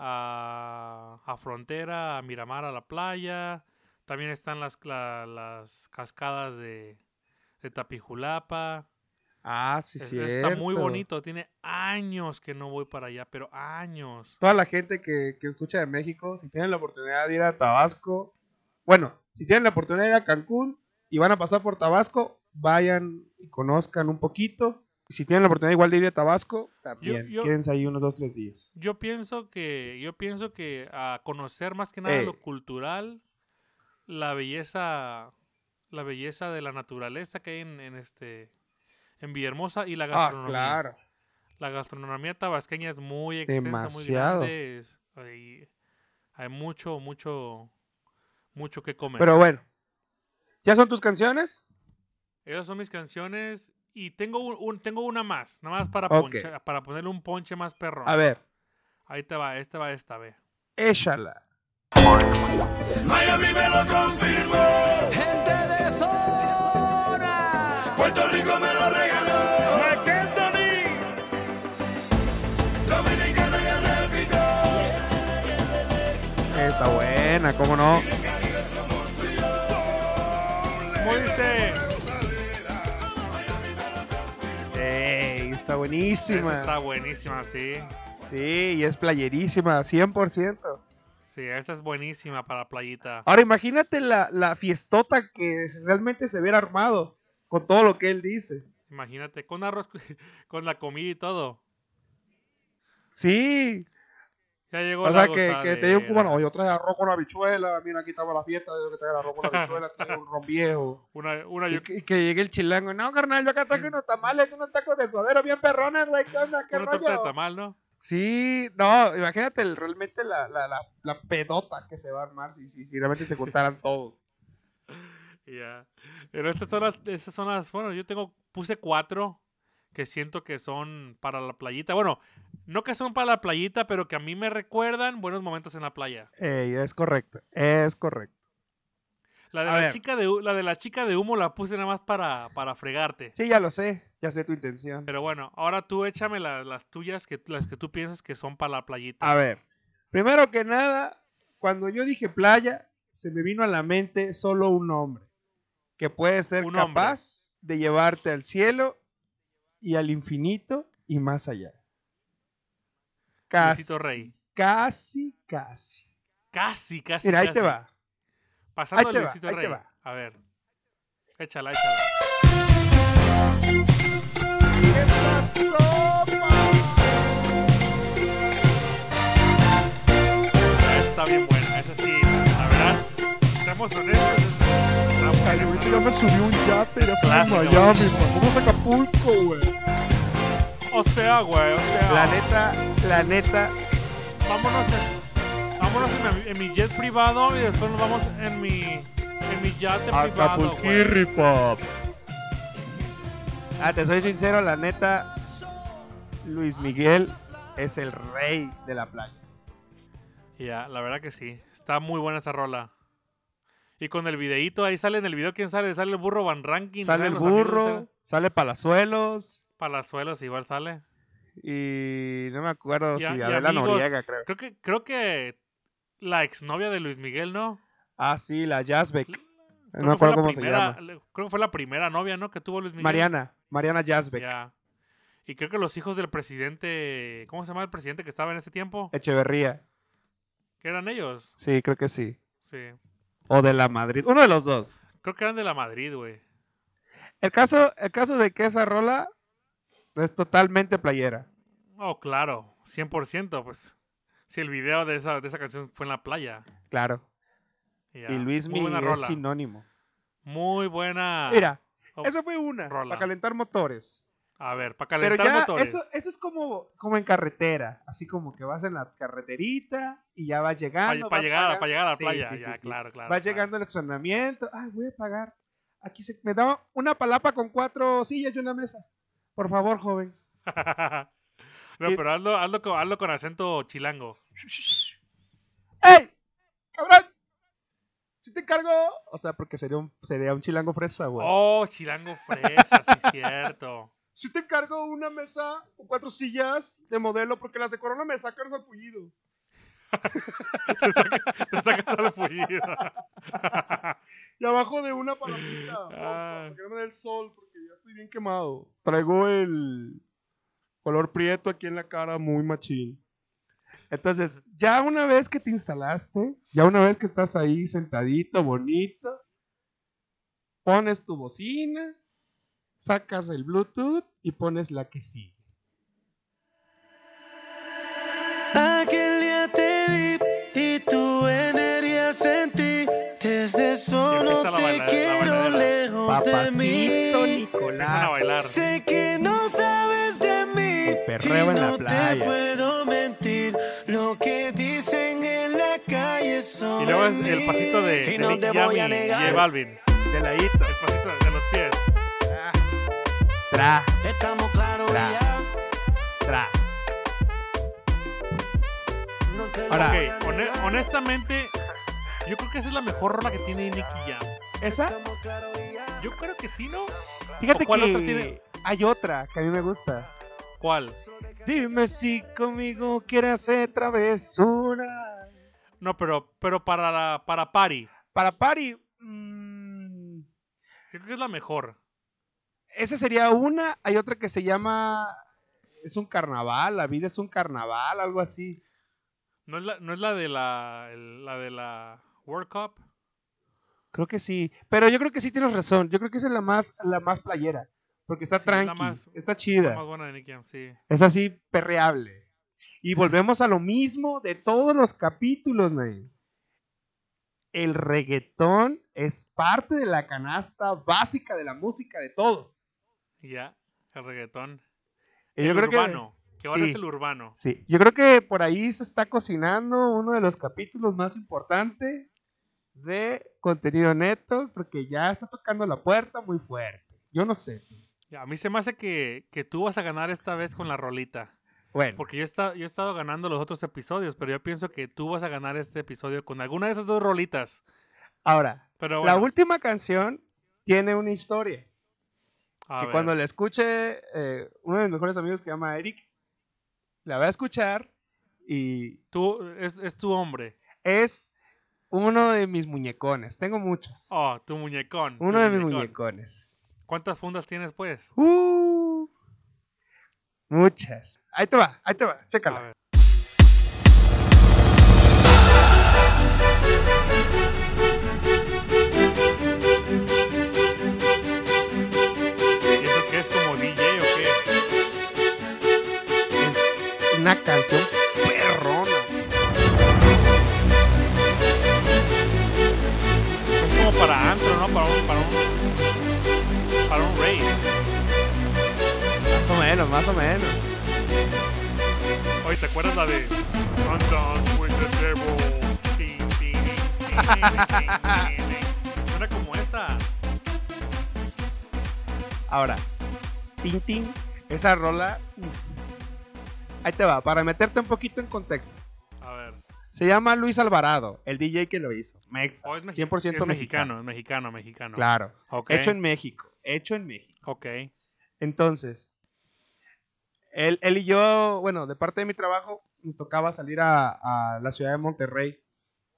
S1: a, a Frontera, a Miramar, a la playa. También están las, la- las cascadas de, de Tapijulapa.
S2: Ah, sí,
S1: Es-
S2: sí.
S1: está muy bonito. Tiene años que no voy para allá, pero años.
S2: Toda la gente que, que escucha de México, si tienen la oportunidad de ir a Tabasco, bueno, si tienen la oportunidad de ir a Cancún y van a pasar por Tabasco, vayan y conozcan un poquito. Y si tienen la oportunidad igual de ir a Tabasco, también.
S1: yo-
S2: Quédense ahí unos dos, tres días.
S1: Yo pienso que, yo pienso que a conocer más que nada
S2: Ey.
S1: lo cultural, la belleza, la belleza de la naturaleza que hay en, en este en Villahermosa y la
S2: Ah,
S1: gastronomía.
S2: claro.
S1: La gastronomía tabasqueña es muy extensa,
S2: Demasiado.
S1: muy grande. es- Hay, hay mucho, mucho, mucho que comer.
S2: Pero bueno, ¿ya son tus canciones?
S1: Esas son mis canciones. Y tengo un, un- tengo una más, nada más para
S2: Ok.
S1: poncha- para ponerle un ponche más perro.
S2: A ver,
S1: Ahí te va, esta va esta, ve.
S2: échala.
S5: Miami me lo confirmó. Gente de zona. Puerto Rico me lo regaló. McKentonny. Dominicana ya repito.
S2: Está buena, ¿cómo no?
S1: ¿Cómo dice?
S2: Ey, está
S1: Esa
S2: buenísima.
S1: está buenísima, sí.
S2: Sí, y es playerísima, 100%.
S1: Sí, esa es buenísima para playita.
S2: Ahora imagínate la, la fiestota que realmente se hubiera armado con todo lo que él dice.
S1: Imagínate, con arroz, *laughs* con la comida y todo.
S2: Sí,
S1: Ya llegó
S2: o
S1: la
S2: sea que, que te digo,
S1: gozadera.
S2: cubano, yo traje arroz con habichuela, mira, aquí estaba la fiesta, yo que traje arroz con
S1: *laughs*
S2: habichuela, traje un ron viejo.
S1: Una, una,
S2: Y
S1: yo-
S2: que, y que llegue el chilango, no, carnal, yo acá traje unos tamales, unos tacos de suadero bien perrones, güey, ¿qué onda, qué
S1: una torta de
S2: rollo?
S1: tamal, ¿no?
S2: Sí, no, imagínate el- realmente la, la, la, la pedota que se va a armar si, si, si realmente se
S1: *laughs*
S2: juntaran todos.
S1: Y ya. Pero estas son las, estas son las- bueno, yo tengo, puse cuatro que siento que son para la playita. Bueno, no que son para la playita, pero que a mí me recuerdan buenos momentos en la playa.
S2: Ey, es correcto, es correcto.
S1: La de,
S2: A
S1: la
S2: ver.
S1: chica, de, hu- la de la chica de humo la puse nada más para, para fregarte.
S2: Sí, ya lo sé, ya sé tu intención.
S1: Pero bueno, ahora tú échame la- las tuyas, que, las que tú piensas que son para la playita.
S2: A ver, primero que nada, cuando yo dije playa, se me vino a la mente solo un hombre que puede ser
S1: Un hombre.
S2: capaz de llevarte al cielo y al infinito y más allá. Casi, Ah,
S1: Luisito Rey.
S2: casi, casi.
S1: Casi, casi.
S2: Mira, ahí
S1: casi.
S2: te va.
S1: Pasando
S2: Ahí
S1: al
S2: te va,
S1: Luisito
S2: ahí te
S1: Rey.
S2: va.
S1: A ver. Échala, échala.
S2: ¿Qué pasó, pa?
S1: Esa Está bien buena, esa sí. La verdad, estamos honestos. esa Está
S2: Ay,
S1: buena,
S2: ahorita
S1: esa.
S2: yo me subí un yate y ya
S1: Clásico.
S2: estoy en Miami, pa. Vamos a Acapulco, güey.
S1: O sea, güey, o sea.
S2: La neta, la neta,
S1: Vámonos, en, vámonos en, mi, en mi jet privado y después nos vamos en mi, en mi yate privado, güey.
S2: Acapulquirri Pops. Ah, te soy sincero, la neta, Luis Miguel es el rey de la playa.
S1: Ya, la verdad que sí. Está muy buena esa rola. Y con el videíto, ahí sale en el video, ¿quién sale? Sale el burro Van Ranking.
S2: Sale el
S1: los amigos,
S2: burro,
S1: sale
S2: sale Palazuelos
S1: Palazuelos igual sale.
S2: y no me acuerdo
S1: Y
S2: si
S1: a- y
S2: Adela
S1: amigos.
S2: Noriega, creo.
S1: Creo que, creo que la exnovia de Luis Miguel, ¿no?
S2: Ah, sí, la Jazzbeck.
S1: Creo que
S2: No me
S1: fue
S2: acuerdo
S1: la
S2: cómo
S1: primera-
S2: se llama.
S1: le- Creo que fue la primera novia, ¿no? Que tuvo Luis Miguel.
S2: Mariana, Mariana Jazzbeck.
S1: Ya. Y creo que los hijos del presidente. ¿Cómo se llama el presidente que estaba en ese tiempo?
S2: Eh. Echeverría.
S1: Que eran ellos.
S2: Sí, creo que sí.
S1: Sí.
S2: O de la Madrid, uno de los dos.
S1: Creo que eran de la Madrid, güey.
S2: El caso, el caso de que esa rola es totalmente playera.
S1: Oh, claro. 100%, pues. Si el video de esa, de esa canción fue en la playa.
S2: Claro.
S1: Ya.
S2: Y Luis
S1: Muy buena
S2: Miguel es
S1: rola.
S2: sinónimo.
S1: Muy buena.
S2: Mira,
S1: Oh,
S2: esa fue una,
S1: rola.
S2: para calentar motores.
S1: A ver, para calentar
S2: Pero ya,
S1: motores.
S2: Eso, eso es como, como en carretera, así como que vas en la carreterita y ya vas llegando.
S1: Para
S2: vas
S1: llegar, a-
S2: pagando-
S1: pa' llegar a la
S2: Sí,
S1: playa.
S2: sí, sí,
S1: ya,
S2: sí.
S1: claro, claro.
S2: Vas
S1: claro.
S2: llegando al estacionamiento, ay, voy a pagar. Aquí se, me daba una palapa con cuatro sillas y una mesa. Por favor, joven.
S1: *laughs* no,
S2: Y-
S1: pero hazlo, hazlo, con, hazlo con acento chilango.
S2: ¡Ey! ¡Cabrón! ¡Si te encargo! O sea, porque sería un, sería un chilango fresa, güey.
S1: Oh, chilango fresa, sí, cierto. *laughs*
S2: Si te encargo una mesa con cuatro sillas de modelo porque las de Corona me sacan al pullido.
S1: te saca- te sacas a la
S2: *laughs*
S1: follida.
S2: Y abajo de una palomita.
S1: *laughs*
S2: porfa,
S1: Ah.
S2: Para que no me dé el sol, porque ya estoy bien quemado. Traigo el color prieto aquí en la cara, muy machín. Entonces, ya una vez que te instalaste, ya una vez que estás ahí sentadito, bonito, pones tu bocina, sacas el Bluetooth y pones la que sigue.
S6: Aquel día te vi y tu energía sentí. Desde
S1: Ya
S6: eso no
S1: empieza la
S6: te
S1: baila- la
S6: quiero
S1: bailadera.
S6: lejos de
S2: Papacito
S6: mí.
S1: Empiezan a
S2: Nicolás.
S1: bailar.
S6: Sé que no sabes de mí.
S2: El perreo
S6: y
S2: en la
S6: no
S2: playa.
S6: te puedo mentir. Lo que dicen en la calle son.
S1: Y luego es el pasito de, de
S6: Y no
S1: Nicky
S6: te
S1: Jam
S6: voy a
S1: y- y
S6: negar.
S1: J Balvin.
S2: De ladito.
S1: El pasito de, de los pies.
S2: Tra, tra,
S6: Estamos claros
S2: Tra.
S6: ya.
S2: tra.
S6: No te lo
S2: Ahora.
S1: Ok,
S6: voy a
S1: hone-
S6: negar.
S1: honestamente, yo creo que esa es la mejor rola que tiene Nicky Jam.
S2: Esa,
S6: Estamos claros ya.
S1: Yo creo que sí, ¿no?
S2: fíjate
S1: ¿O cuál otra
S2: que
S1: tiene?
S2: hay otra que a mí me gusta.
S1: ¿Cuál?
S2: Dime si conmigo quieres hacer travesura.
S1: No, pero, pero para, la- para Party.
S2: Para Pari, mm,
S1: Yo creo que es la mejor.
S2: esa sería una. Hay otra que se llama. Es un carnaval, la vida es un carnaval, algo así.
S1: ¿No es la, no es la de la, el- la de la World Cup?
S2: Creo que sí. Pero yo creo que sí tienes razón. Yo creo que esa es la más, la más playera. Porque está
S1: Sí, es la
S2: tranqui,
S1: más-
S2: está
S1: La
S2: chida.
S1: más buena de Nicky Jam, sí.
S2: Es así, perreable. Y volvemos a lo mismo de todos los capítulos, Nay. El reggaetón es parte de la canasta básica de la música de todos.
S1: Y Ya, el reggaetón.
S2: Y yo
S1: el
S2: creo que-
S1: urbano, que, ahora
S2: sí.
S1: es el urbano.
S2: sí, yo creo que por ahí se está cocinando uno de los capítulos más importantes de contenido neto, porque ya está tocando la puerta muy fuerte. Yo no sé.
S1: A mí se me hace que, que tú vas a ganar esta vez con la rolita.
S2: Bueno,
S1: Porque yo he, esta- yo he estado ganando los otros episodios, pero yo pienso que tú vas a ganar este episodio con alguna de esas dos rolitas.
S2: ahora,
S1: Pero
S2: la
S1: bueno,
S2: última canción tiene una historia.
S1: a
S2: que
S1: ver.
S2: cuando la escuche, eh, uno de mis mejores amigos que se llama Eric, la va a escuchar y
S1: Tú, es, es tu hombre.
S2: es uno de mis muñecones. Tengo muchos.
S1: Oh, tu muñecón. tu
S2: uno de mis
S1: muñecón.
S2: muñecones.
S1: ¿Cuántas fundas tienes, pues?
S2: ¡Uh! muchas. Ahí te va, ahí te va,
S1: A
S2: chécala.
S1: ver. ¿Y eso qué es como DJ o qué?
S2: Es una canción perrona.
S1: Es como para antro, ¿no? Para un, para un, para un rave.
S2: Más o menos, más o menos.
S1: Oye, ¿te acuerdas la de I'm done with the devil? Tin, tin, tin, tin, tin, tin. Suena como esa.
S2: Ahora, Tintín, esa rola. mm. Ahí te va, para meterte un poquito en contexto.
S1: A ver.
S2: Se llama Luis Alvarado, el DJ que lo hizo. Mexa,
S1: Oh, es mexi-
S2: 100%
S1: es mexicano, es mexicano, mexicano.
S2: Claro.
S1: Ok.
S2: Hecho en México. Hecho en México.
S1: Ok.
S2: Entonces, él, él y yo, bueno, de parte de mi trabajo, nos tocaba salir a, a la ciudad de Monterrey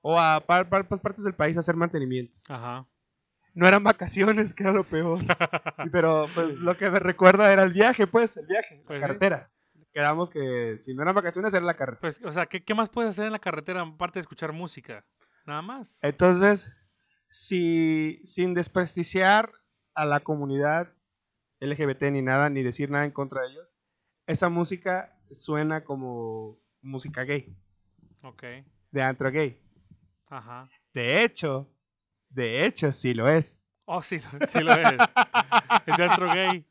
S2: o a par- par- par- partes del país a hacer mantenimientos.
S1: Ajá.
S2: No eran vacaciones, que era
S1: *laughs*
S2: lo peor. Pero pues, lo que me recuerda era el viaje, pues, el viaje,
S1: Pues,
S2: la
S1: sí.
S2: carretera. Quedamos que si no eran vacaciones, era la carretera.
S1: Pues, o sea, ¿qué, qué más puedes hacer en la carretera aparte de escuchar música? Nada más.
S2: Entonces, si, sin desprestigiar a la comunidad LGBT ni nada, ni decir nada en contra de ellos, esa música suena como música gay,
S1: Ok.
S2: de antro gay.
S1: Ajá.
S2: De hecho, de hecho sí lo es.
S1: Oh, sí, *laughs* lo- sí lo es. es de antro gay.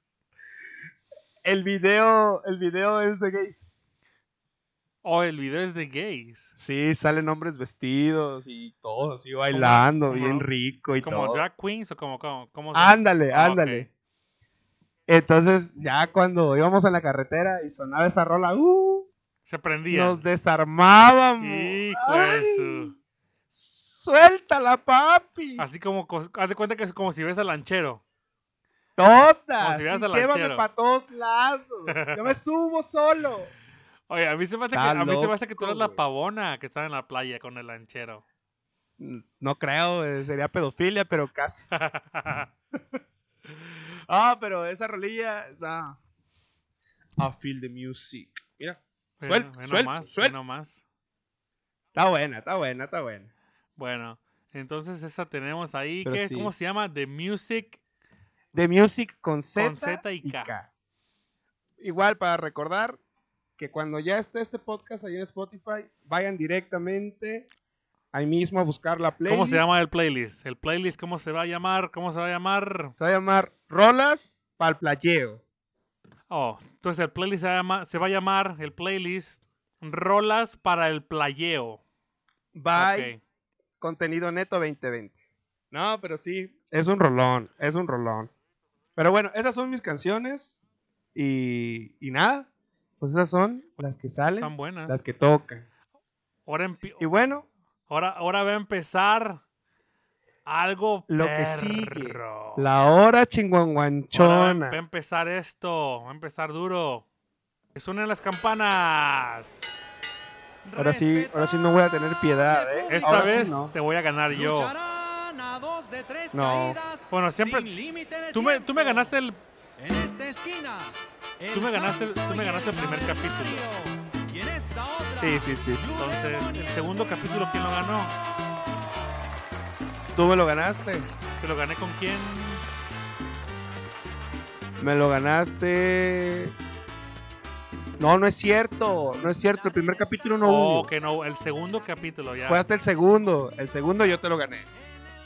S2: El video, el video es de gays.
S1: Oh, el video es de gays.
S2: Sí, salen hombres vestidos y todos así bailando,
S1: como-
S2: bien rico y
S1: ¿Como
S2: todo.
S1: drag queens o como... como, como
S2: Ándale,
S1: Ah, ok.
S2: ándale. Entonces, ya cuando íbamos en la carretera y sonaba esa rola, ¡uh!
S1: Se prendía.
S2: Nos desarmábamos.
S1: Hijo de
S2: ¡Ay!
S1: pues, su-
S2: Suéltala, papi.
S1: Así como... cos- Haz de cuenta que es como si ves al lanchero.
S2: Todas.
S1: si vieras
S2: y
S1: al
S2: llévame
S1: ranchero. *laughs*
S2: para todos lados. Yo me subo solo.
S1: Oye, a mí se me hace que,
S2: Está
S1: a mí se me hace que tú
S2: loco,
S1: eres la
S2: güey.
S1: pavona que estaba en la playa con el lanchero. *laughs*
S2: No creo, eh, sería pedofilia, pero casi. Ah, pero esa rolilla. nah. I feel the music. Mira. Suelta,
S1: Mira, ve
S2: suelta,
S1: nomás, ve
S2: suelta.
S1: nomás.
S2: Está buena, está buena, está buena.
S1: Bueno, entonces esa tenemos ahí.
S2: Pero
S1: que,
S2: sí.
S1: ¿Cómo se llama? The Music.
S2: The music con Z,
S1: Con Z y K.
S2: Igual para recordar que cuando ya esté este podcast ahí en Spotify, vayan directamente ahí mismo a buscar la playlist.
S1: ¿Cómo se llama el playlist? ¿El playlist cómo se va a llamar? ¿Cómo se va a llamar?
S2: Se va a llamar Rolas para el Playeo.
S1: Oh, entonces el playlist se va a, llama- se va a llamar, el playlist, Rolas para el Playeo.
S2: Bye.
S1: Ok.
S2: Contenido Neto 2020. No, pero sí, es un rolón, es un rolón. Pero bueno, esas son mis canciones y, y nada, pues esas son las que
S1: Están
S2: salen,
S1: buenas.
S2: las que tocan.
S1: Ahora, empi-
S2: Y bueno,
S1: ahora, ahora va a empezar algo
S2: Lo que
S1: perro.
S2: sigue, la hora
S1: Ahora va a
S2: chinguanguanchona.
S1: em- va a empezar esto, va a empezar duro. Que suenen las campanas.
S2: Ahora sí, ahora sí no voy a tener piedad, ¿eh?
S1: Esta
S2: Ahora sí
S1: vez
S2: no.
S1: te voy a ganar yo.
S6: Lucharán a dos de tres
S2: No.
S6: caídas
S1: Bueno, siempre-
S6: sin límite de
S1: Tú me,
S6: tiempo.
S1: tú me ganaste el...
S6: En esta esquina.
S1: tú me ganaste- tú me ganaste el primer
S6: capítulo. Y en esta otra.
S2: Sí, sí, sí, sí.
S1: Entonces, el segundo capítulo, ¿quién lo ganó?
S2: Tú me lo ganaste.
S1: ¿Te lo gané con quién?
S2: Me lo ganaste. No, no es cierto. No es cierto. El primer capítulo no hubo.
S1: Oh, que no, el segundo capítulo ya.
S2: Fue hasta el segundo. El segundo yo te lo gané.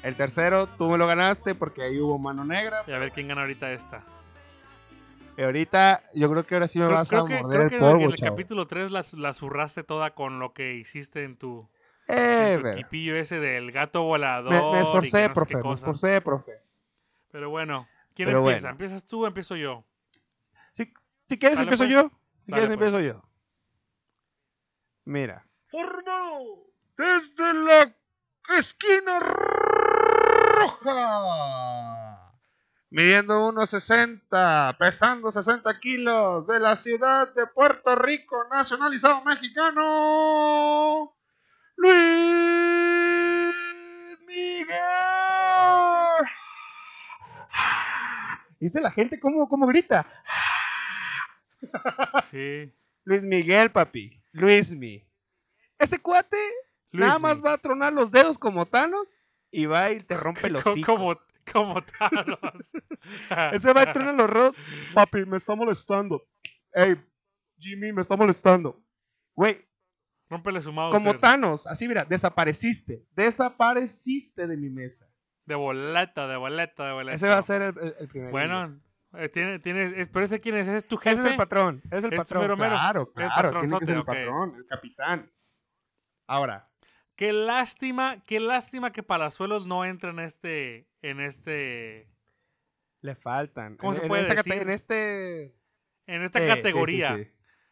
S2: El tercero tú me lo ganaste porque ahí hubo mano negra.
S1: Y a ver quién gana ahorita esta.
S2: Y ahorita yo creo que ahora sí me
S1: Creo,
S2: vas
S1: creo
S2: a
S1: que,
S2: morder
S1: creo
S2: el
S1: que en el- en
S2: polvo,
S1: el
S2: chavo.
S1: capítulo 3 la, la zurraste toda con lo que hiciste en tu,
S2: Eh,
S1: en tu
S2: ver.
S1: equipillo ese del gato
S2: me,
S1: volador.
S2: me
S1: y que no sé
S2: esforcé,
S1: qué
S2: profe. Me
S1: cosa.
S2: esforcé, profe.
S1: Pero bueno, ¿quién
S2: Pero
S1: empieza?
S2: bueno.
S1: ¿Empiezas tú o empiezo yo?
S2: *laughs* Si, si quieres,
S1: Dale,
S2: empiezo
S1: pues.
S2: yo. Si
S1: Dale,
S2: quieres,
S1: pues.
S2: empiezo yo. Mira. Desde la esquina roja. Midiendo 1,60, pesando 60 kilos, de la ciudad de Puerto Rico, nacionalizado mexicano, Luis Miguel. ¿Viste la gente cómo, cómo grita?
S1: Sí.
S2: Luis Miguel, papi. Luis Mi. Ese cuate nada
S1: Luismi.
S2: más va a tronar los dedos como Thanos y va y te rompe
S1: *laughs*
S2: los
S1: Co-
S2: hocico.
S1: Como, como
S2: *laughs*
S1: Thanos.
S2: Ese va y truena los dedos. Papi, me está molestando. Ey, Jimmy, me está molestando. Güey,
S1: *laughs* Rómpele su mouse. eh.
S2: como Thanos, así mira, desapareciste. Desapareciste de mi mesa.
S1: De boleta, de boleta, de boleta.
S2: Ese va a ser el, el- el primer. libro.
S1: Bueno, eh, tiene, tiene, es- pero ese quién es, es tu jefe.
S2: Ese es el patrón. ese Es el
S1: Es
S2: patrón.
S1: mero, mero.
S2: Claro,
S1: El
S2: claro. Tiene que ser el
S1: patronzote, ok.
S2: patrón, el capitán. Ahora,
S1: Qué lástima, qué lástima que Palazuelos no entra en este, en este,
S2: le faltan.
S1: ¿Cómo
S2: En-
S1: se
S2: en
S1: puede
S2: esta cate-
S1: decir?
S2: en este.
S1: en esta
S2: Sí, sí, sí,
S1: categoría.
S2: sí.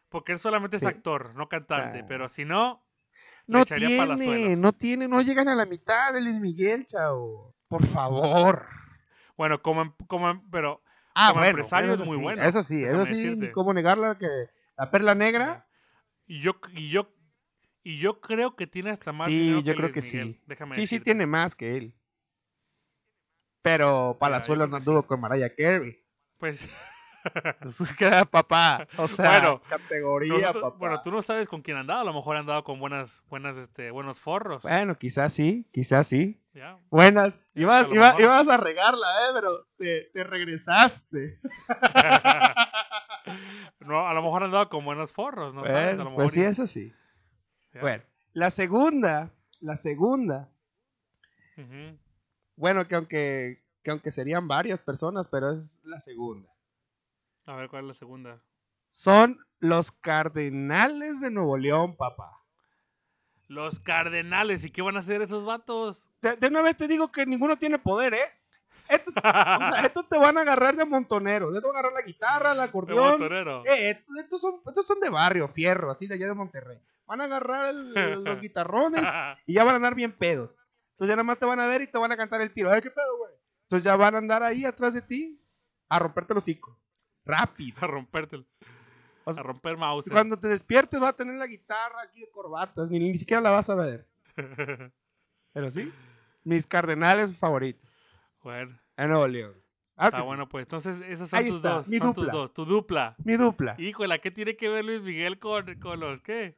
S1: Porque él solamente es
S2: Sí.
S1: actor, no cantante.
S2: Ah.
S1: Pero si no, le
S2: No
S1: echaría
S2: tiene,
S1: palazuelos.
S2: no tiene, no llegan a la mitad de Luis Miguel, chao. Por favor.
S1: bueno, como, em- como, em- pero
S2: Ah,
S1: Como
S2: bueno,
S1: empresario
S2: bueno,
S1: es
S2: eso
S1: muy
S2: sí,
S1: bueno,
S2: Eso sí, eso
S1: déjame
S2: sí,
S1: decirte.
S2: ni cómo negarla que la perla negra.
S1: y yo, y yo, y yo creo que tiene hasta más
S2: Sí,
S1: dinero
S2: yo creo que
S1: Luis Miguel,
S2: sí.
S1: Déjame
S2: Sí, sí
S1: decirte.
S2: tiene más que él. Pero Palazuelos
S1: creo
S2: no
S1: que
S2: anduvo con Mariah Carey. *laughs*
S1: Pues,
S2: Pues, *laughs* Queda papá. O sea,
S1: Bueno,
S2: categoría
S1: nosotros-
S2: papá.
S1: bueno, tú no sabes con quién han dado. A lo mejor han dado con buenas, buenas, este, buenos forros.
S2: Bueno, quizás sí, quizás sí.
S1: Ya. *laughs*
S2: Buenas.
S1: Ya,
S2: Ibas,
S1: a lo
S2: iba-
S1: mejor.
S2: ibas a regarla, eh, pero te, te regresaste.
S1: No, a lo mejor han dado con buenos forros, ¿no sabes? A lo
S2: Bueno,
S1: mejor
S2: pues sí,
S1: y-
S2: eso sí.
S1: ya.
S2: Bueno, la segunda, la segunda,
S1: Ujú.
S2: bueno, que aunque, que aunque serían varias personas, pero es la segunda.
S1: A ver, ¿cuál es la segunda?
S2: Son los Cardenales de Nuevo León, papá.
S1: Los Cardenales. ¿Y qué van a hacer esos
S2: *laughs*
S1: vatos?
S2: De, de una vez te digo que ninguno tiene poder, ¿eh? Estos, o
S1: *laughs*
S2: sea, estos te van a agarrar de montonero. Estos van a agarrar la guitarra, el
S1: De
S2: acordeón.
S1: botonero.
S2: Eh, estos, estos son, estos son de barrio, fierro, así de allá de Monterrey. Van a agarrar el-
S1: *laughs*
S2: el- los guitarrones y ya van a andar bien pedos. Entonces ya nada más te van a ver y te van a cantar el tiro. Ay, qué pedo, güey. Entonces ya van a andar ahí atrás de ti a romperte el hocico. Rápido.
S1: a rompértelo.
S2: O sea,
S1: a romper mouse.
S2: Cuando te despiertes va a tener la guitarra aquí de corbatas, ni, ni siquiera la vas
S1: *laughs*
S2: a ver. Pero sí, mis cardenales favoritos.
S1: Bueno,
S2: En Nuevo León. Ah,
S1: está
S2: que sí.
S1: bueno, pues entonces esos son
S2: Ahí
S1: tus
S2: está,
S1: dos.
S2: mi
S1: son
S2: dupla.
S1: tus dos, tu dupla.
S2: Mi dupla.
S1: Híjole, ¿qué tiene que ver Luis Miguel con, con los qué?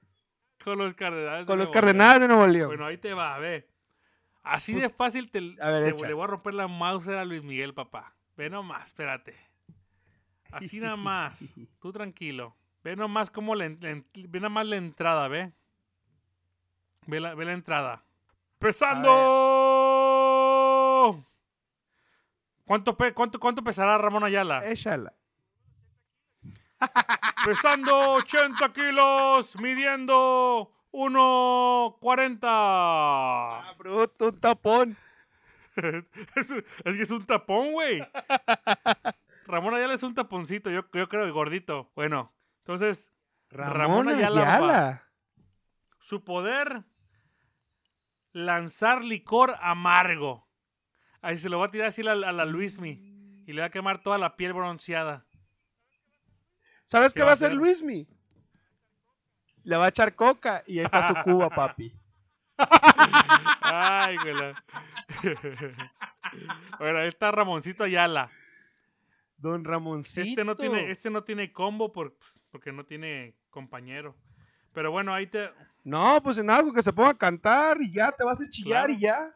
S1: Con los cardenales. de
S2: Con los
S1: Nuevo León.
S2: cardenales de Nuevo León.
S1: Bueno, ahí te va, a ver. Así
S2: Pues,
S1: de fácil te,
S2: a ver,
S1: te-
S2: echa.
S1: le voy a romper la mouse a Luis Miguel, papá. Ve nomás, espérate. Así nada
S2: *laughs*
S1: más. Tú tranquilo. Ve nomás cómo le, en- le en- ve nada más la entrada, ve. Ve la, ve la entrada. ¡Pesando! ¿Cuánto, pe- cuánto, ¿Cuánto pesará Ramón Ayala?
S2: Échala.
S1: Pesando 80 kilos, midiendo 1.40.
S2: Ah, bruto, un tapón.
S1: *laughs* es, un- es que es un tapón, güey. Ramón Ayala es un taponcito, yo, yo creo, el gordito. Bueno, entonces, Ramón
S2: Ramón
S1: Ayala,
S2: Ayala.
S1: su poder, lanzar licor amargo. Ahí se lo va a tirar así a la, a la Luismi. Y le va a quemar toda la piel bronceada.
S2: ¿Sabes
S1: ¿Qué
S2: qué
S1: va
S2: va a
S1: a
S2: hacer
S1: hacer?
S2: Luismi? Le va a echar coca y
S1: *laughs*
S2: ahí está su cuba, papi.
S1: Ay, güey. la- *laughs* bueno, ahí está Ramoncito Ayala.
S2: Don Ramoncito.
S1: Este no tiene, este no tiene combo por- porque no tiene compañero. Pero bueno, ahí te,
S2: No, pues en algo que se ponga a cantar y ya te vas a chillar
S1: Claro.
S2: y ya.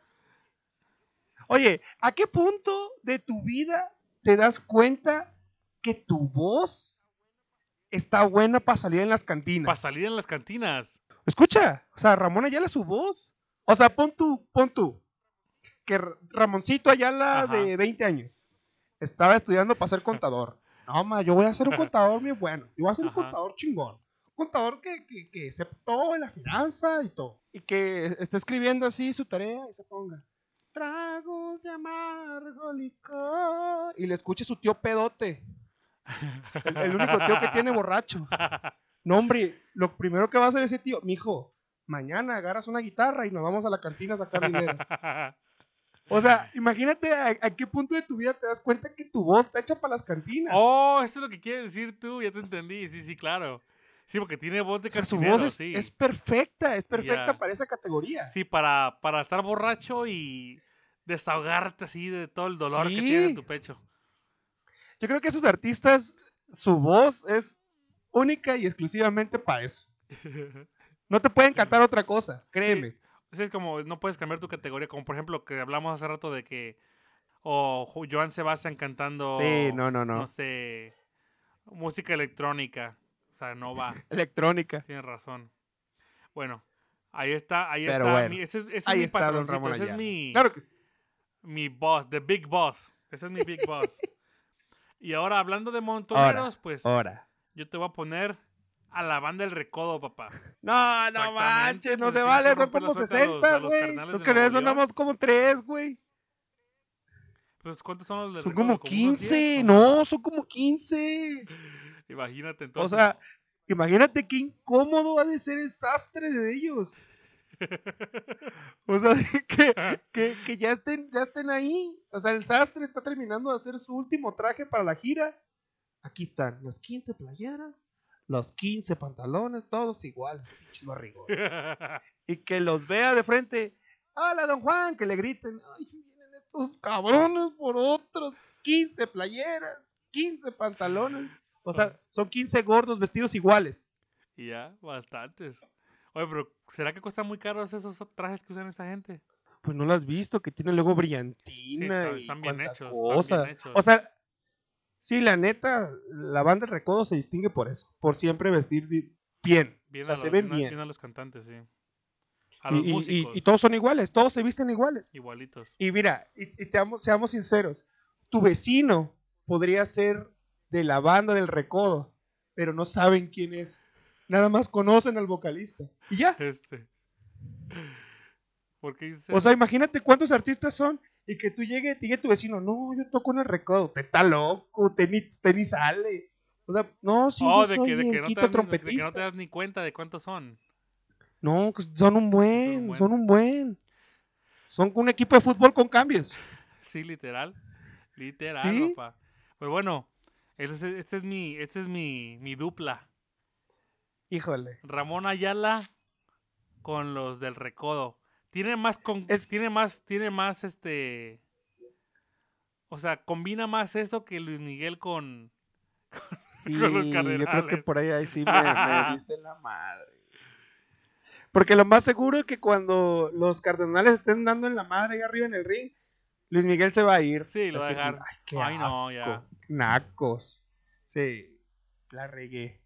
S2: Oye, ¿a qué punto de tu vida te das cuenta que tu voz está buena para salir en las cantinas?
S1: para salir en las cantinas.
S2: Escucha, o sea, Ramón Ayala su voz. O sea, pon tú, pon tú. Que R- Ramoncito Ayala
S1: Ajá.
S2: de 20 años estaba estudiando para ser contador. No, ma, yo voy a ser
S1: *laughs*
S2: un contador muy bueno. Yo voy a ser un
S1: Ajá.
S2: contador chingón. Un contador que, que, que sepa todo de la finanza y todo. Y que esté escribiendo así su tarea y se ponga. Tragos de amargo licor. Y le escuche su tío pedote. El, el único tío que tiene borracho. No, hombre, lo primero que va a hacer ese tío, mijo, mañana agarras una guitarra y nos vamos a la cantina a sacar dinero. O sea, imagínate a, a qué punto de tu vida te das cuenta que tu voz está hecha para las cantinas.
S1: *laughs* oh, eso es lo que quieres decir tú, ya te entendí. Sí, sí, claro. Sí, porque tiene voz de
S2: O sea, su
S1: cantinero,
S2: voz es,
S1: sí.
S2: es perfecta, es perfecta
S1: Ya.
S2: para esa categoría.
S1: Sí, para, para estar borracho y desahogarte así de todo el dolor que
S2: Sí.
S1: tiene en tu pecho. *laughs*
S2: Yo creo que esos artistas, su voz es única y exclusivamente para eso. No te pueden cantar otra cosa, créeme.
S1: Así es como no puedes cambiar tu categoría, como por ejemplo que hablamos hace rato de que o Ju- Joan Sebastián cantando
S2: Sí, no, no, no.
S1: no sé música electrónica. O sea, no
S2: *laughs*
S1: va.
S2: Electrónica.
S1: Tienes razón. Bueno, ahí está, ahí
S2: Pero
S1: está.
S2: bueno,
S1: mi- ese es, ese es
S2: Ahí
S1: mi
S2: está Don
S1: patroncito,
S2: Ramón
S1: ese
S2: Ayala.
S1: es mi,
S2: Claro que sí.
S1: mi boss, the big boss. Ese es mi big boss. Y ahora, hablando de montoneros, pues
S2: Ahora.
S1: yo te voy a poner a la banda El Recodo, papá.
S2: No, no
S1: Exactamente,
S2: manches, no
S1: pues, tiene
S2: se
S1: que
S2: vale, son
S1: romper
S2: como
S1: la suerte a los-
S2: 60,
S1: a los
S2: güey.
S1: carnales
S2: Los
S1: de
S2: canales son
S1: Nuevo León.
S2: nada más como 3, güey.
S1: Pues, ¿cuántos son los del
S2: Son
S1: Recodo?
S2: como
S1: unos
S2: 15,
S1: diez,
S2: no, son como 15.
S1: más? Imagínate
S2: O
S1: entonces.
S2: sea, imagínate qué incómodo ha de ser el sastre de ellos. O sea, *laughs* que, que, que ya, estén, ya estén ahí. O sea, el sastre está terminando de hacer su último traje para la gira. Aquí están las 15 playeras, los 15 pantalones, todos iguales, pinches barrigones. y que los vea de frente. ¡Hola, don Juan! Que le griten. ¡Ay, vienen estos cabrones por otros! 15 playeras, 15 pantalones. O sea, son 15 gordos vestidos iguales.
S1: *laughs* y ya, bastantes. Oye, pero ¿será que cuestan muy caros esos trajes que usan esa gente?
S2: Pues no lo has visto, que tiene luego
S1: Sí,
S2: brillantina
S1: claro,
S2: y
S1: están bien
S2: cuanta
S1: hechos.
S2: cosa.
S1: Están bien hechos.
S2: O sea, sí, la neta, la banda del recodo se distingue por eso. Por siempre vestir di- bien.
S1: Bien
S2: o sea,
S1: a
S2: se
S1: los-
S2: ven
S1: bien a-
S2: bien.
S1: bien a los cantantes, sí. A
S2: Y-
S1: los
S2: y- y-
S1: músicos,
S2: y todos son iguales, todos se visten iguales.
S1: igualitos. *laughs*
S2: Y mira, y, y te amo- seamos sinceros, tu vecino podría ser de la banda del recodo, pero no saben quién es. Nada más conocen al vocalista. Y ya.
S1: Este. Porque dice.
S2: O sea, imagínate cuántos artistas son y que tú llegue y te diga tu vecino, no, yo toco en el recodo, te está loco, te ni, te ni sale. O sea, no, sí,
S1: Oh,
S2: yo
S1: de
S2: soy
S1: que, de
S2: el
S1: que no te das
S2: quinto
S1: ni- de que
S2: trompetista.
S1: no te das ni cuenta de cuántos son.
S2: No, que son un buen,
S1: buen.
S2: son un buen. Son un equipo de fútbol con cambios.
S1: Sí, literal. Literal,
S2: ¿Sí?
S1: papá. Pues bueno, este es, este es mi, este es mi, mi dupla.
S2: Híjole.
S1: Ramón Ayala con los del Recodo. Tiene más con,
S2: Es-
S1: tiene más tiene más este o sea, combina más eso que Luis Miguel con *laughs*
S2: Sí,
S1: Con los
S2: yo creo que
S1: cardenales.
S2: por ahí, ahí sí
S1: *laughs*
S2: me, me diste la madre. Porque lo más seguro es que cuando los cardenales estén dando en la madre ahí arriba en el ring, Luis Miguel se va a ir.
S1: Sí, lo va a
S2: Así,
S1: dejar.
S2: Ay, qué
S1: Ay, no,
S2: asco,
S1: ya.
S2: Nacos. Sí, la regué.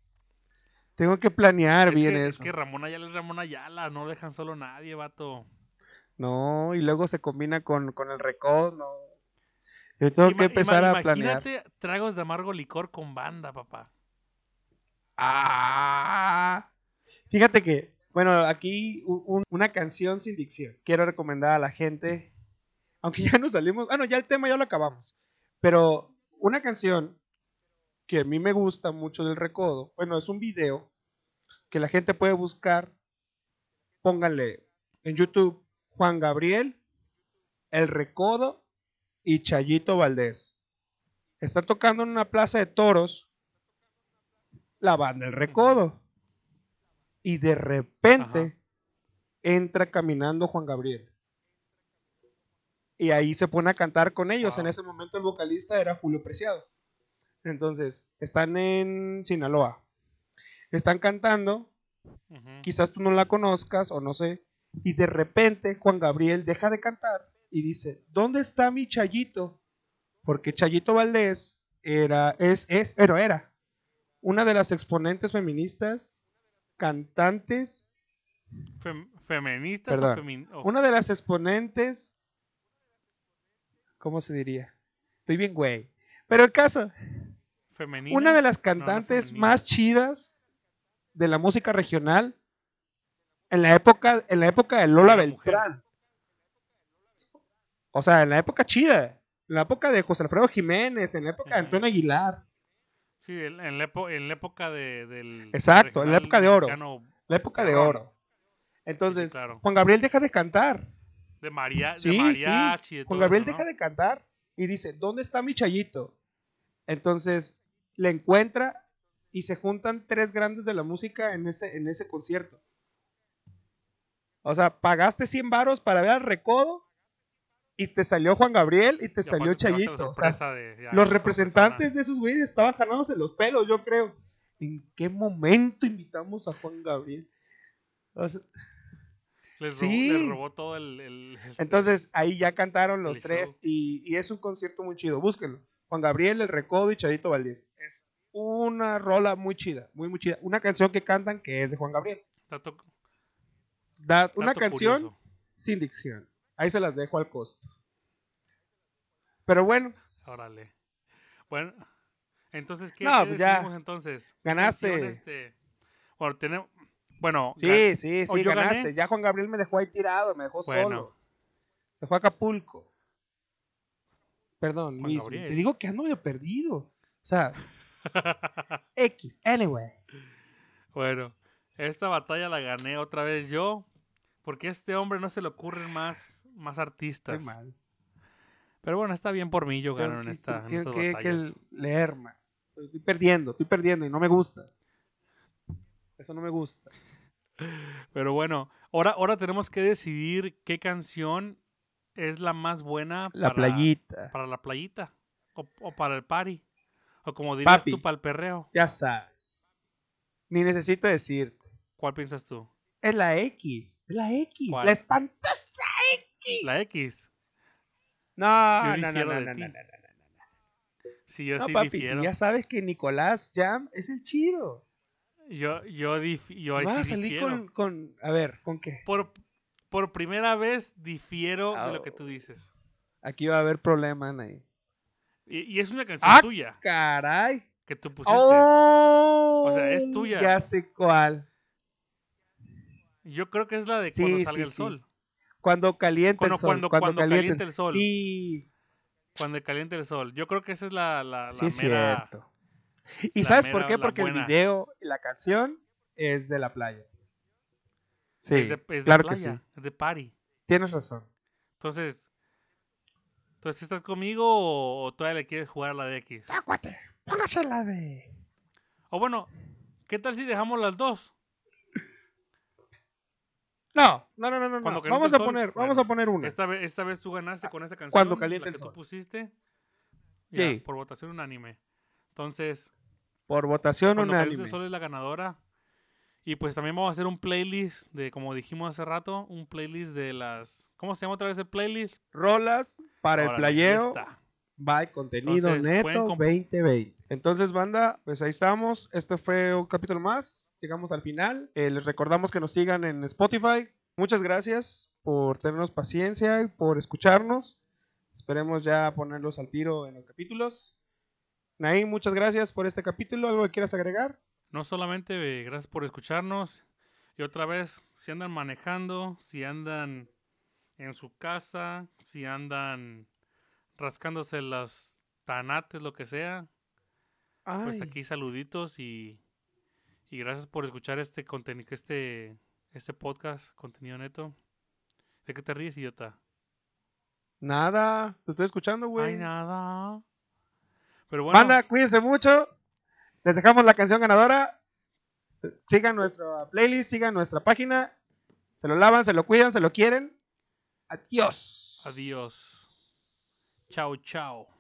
S2: Tengo que planear
S1: es,
S2: bien
S1: que, es
S2: eso.
S1: que Ramón Ayala es Ramón Ayala, no lo dejan solo a nadie, vato.
S2: No, y luego se combina con, con el recodo. no. Yo tengo
S1: Ima-
S2: que
S1: ima-
S2: empezar a planear.
S1: imagínate tragos de amargo licor con banda, papá.
S2: Ah. Fíjate que, bueno, aquí u- un- una canción sin dicción. Quiero recomendar a la gente, aunque ya nos salimos, ah, no, ya el tema ya lo acabamos, pero una canción que a mí me gusta mucho del recodo, bueno, es un video que la gente puede buscar, pónganle en YouTube Juan Gabriel, El Recodo y Chayito Valdés. Está tocando en una plaza de toros la banda El Recodo. Y de repente
S1: Ajá.
S2: entra caminando Juan Gabriel. Y ahí se pone a cantar con ellos. En
S1: Wow.
S2: ese momento el vocalista era Julio Preciado. Entonces, están en Sinaloa. Están cantando,
S1: Ujú.
S2: quizás tú no la conozcas o no sé. Y de repente Juan Gabriel deja de cantar y dice, ¿dónde está mi Chayito? Porque Chayito Valdés era, es, es, pero era una de las exponentes feministas, cantantes,
S1: Fem- feministas
S2: Perdón.
S1: o femin- o-
S2: una de las exponentes, ¿cómo se diría? Estoy bien, güey. Pero el caso,
S1: femeninas?
S2: una de las
S1: No, no es
S2: cantantes
S1: femenina.
S2: más chidas de la música regional en la época en la época de Lola
S1: Una mujer.
S2: Beltrán. O sea, en la época chida, en la época de José Alfredo Jiménez, en la época de
S1: Ujú.
S2: Antonio Aguilar,
S1: Sí, en en la, epo- en la época de, del...
S2: Exacto, en la
S1: regional
S2: época de oro.
S1: mexicano,
S2: la época de
S1: Cabrón.
S2: oro. Entonces,
S1: claro.
S2: Juan Gabriel deja de cantar.
S1: De, María,
S2: Sí,
S1: de mariachi.
S2: sí.
S1: de
S2: Juan
S1: todo
S2: Gabriel
S1: eso, ¿no?
S2: deja de cantar y dice, ¿dónde está mi chayito? Entonces, le encuentra y se juntan tres grandes de la música en ese, en ese concierto. O sea, pagaste 100 varos para ver al recodo y te salió Juan Gabriel y te
S1: Y
S2: salió
S1: aparte te vas a la
S2: Chayito. O sea,
S1: sorpresa de- ya,
S2: los
S1: sorpresona.
S2: representantes de esos güeyes estaban jalándose los pelos, yo creo. ¿En qué momento invitamos a Juan Gabriel? O sea,
S1: Les, robó,
S2: Sí.
S1: les robó todo el... el- el-
S2: Entonces ahí ya cantaron los
S1: El
S2: tres
S1: show.
S2: y, y es un concierto muy chido. Búsquenlo. Juan Gabriel, El Recodo y Chadito Valdés. Es una rola muy chida, muy, muy chida. Una canción que cantan que es de Juan Gabriel.
S1: dato-
S2: Da, una
S1: dato
S2: canción
S1: curioso.
S2: sin dicción. Ahí se las dejo al costo. Pero bueno,
S1: Órale. Bueno, entonces, ¿qué,
S2: No,
S1: qué
S2: pues ya.
S1: decidimos entonces? ¿Qué
S2: Ganaste.
S1: canción, este? Bueno, tenemos... Bueno,
S2: sí,
S1: gan-
S2: sí,
S1: Oh,
S2: sí,
S1: yo
S2: ganaste.
S1: gané.
S2: Ya Juan Gabriel me dejó ahí tirado, me dejó
S1: Bueno.
S2: solo. Me fue a Acapulco. Perdón,
S1: Juan
S2: Luis,
S1: Gabriel.
S2: te digo que ando medio perdido. O
S1: *laughs*
S2: sea, X, anyway.
S1: bueno, esta batalla la gané otra vez yo, porque a este hombre no se le ocurren más, más
S2: Qué
S1: artistas.
S2: mal.
S1: Pero bueno, está bien por mí, yo
S2: Tengo
S1: gano en,
S2: que-
S1: esta, en
S2: tengo
S1: estas
S2: que-
S1: batallas.
S2: que leer, man. Estoy perdiendo, estoy perdiendo y no me gusta. Eso no me gusta.
S1: Pero bueno, ahora, ahora tenemos que decidir qué canción es la más buena
S2: La
S1: para,
S2: playita.
S1: para la playita o, o para el party. O como dirías
S2: Papi.
S1: tú, para el perreo.
S2: Ya sabes. Ni necesito decirte.
S1: ¿Cuál piensas tú?
S2: Es la X. Es la X.
S1: ¿Cuál?
S2: La espantosa X.
S1: La X.
S2: No,
S1: Yo
S2: no, no,
S1: difiero
S2: no, no,
S1: de
S2: no,
S1: ti.
S2: no, no, no.
S1: Sí, yo
S2: No,
S1: sí
S2: papi, si
S1: difiero.
S2: ya sabes que Nicolás Jam es el chido.
S1: Yo, yo, dif- yo ahí
S2: Vas a
S1: sí
S2: salir
S1: difiero.
S2: con, con. A ver, ¿con qué?
S1: Por, por primera vez difiero de lo que
S2: Au.
S1: tú dices.
S2: Aquí va a haber problema, Anaí.
S1: Y, y es una canción
S2: Ah,
S1: tuya
S2: Caray.
S1: que tú pusiste.
S2: ¡Oh!
S1: sea, es tuya.
S2: Ya sé cuál.
S1: Yo creo que es la de
S2: Sí,
S1: cuando
S2: sí,
S1: salga el
S2: sí.
S1: sol.
S2: Cuando calienta
S1: Cuando-
S2: el sol.
S1: cuando- cuando calienta el sol.
S2: Sí,
S1: Cuando caliente el sol. Yo creo que esa es la, la, la
S2: sí es
S1: mera.
S2: cierto. ¿Y
S1: la
S2: sabes por
S1: mera-
S2: qué?
S1: la
S2: Porque
S1: buena.
S2: el video y la canción es de la playa. Sí,
S1: es de, es de
S2: claro
S1: playa,
S2: que sí.
S1: es de party.
S2: Tienes razón.
S1: Entonces, entonces ¿estás conmigo o, o todavía le quieres jugar a la de X?
S2: Aguate, póngase la de...
S1: O bueno, ¿qué tal si dejamos las dos?
S2: No, no, no, no, no,
S1: Cuando
S2: no.
S1: calienta
S2: Vamos
S1: el
S2: a
S1: sol,
S2: poner,
S1: bueno.
S2: vamos a poner una.
S1: Esta vez, esta vez tú ganaste con esta canción.
S2: Cuando calienta
S1: la
S2: el
S1: que tú
S2: sol.
S1: pusiste. ya,
S2: Sí.
S1: Por votación unánime. Entonces,
S2: Por votación
S1: Cuando Caliente
S2: unánime.
S1: el Sol es la ganadora. Y pues también vamos a hacer un playlist de, como dijimos hace rato, un playlist de las. ¿Cómo se llama otra vez el playlist?
S2: Rolas para el
S1: Órale, ahí
S2: playeo.
S1: está.
S2: Bye, contenido
S1: Entonces, pueden
S2: neto
S1: comp-
S2: 2020. Entonces, banda, pues ahí estamos. Este fue un capítulo más. Llegamos al final. Eh, les recordamos que nos sigan en Spotify. Muchas gracias por tenernos paciencia y por escucharnos. Esperemos ya ponerlos al tiro en los capítulos. Naim, muchas gracias por este capítulo. ¿Algo que quieras agregar?
S1: No solamente eh, gracias por escucharnos. Y otra vez, si andan manejando, si andan en su casa, si andan rascándose las tanates, lo que sea, pues
S2: Ay.
S1: aquí saluditos y, y gracias por escuchar este contenido, este, este podcast, contenido neto. ¿De qué te ríes, idiota?
S2: Nada, te estoy escuchando, güey.
S1: Ay, nada. Pero bueno,
S2: Banda, cuídense mucho. Les dejamos la canción ganadora. Sigan nuestra playlist, sigan nuestra página. Se lo lavan, se lo cuidan, se lo quieren. Adiós.
S1: adiós. Chao, chao.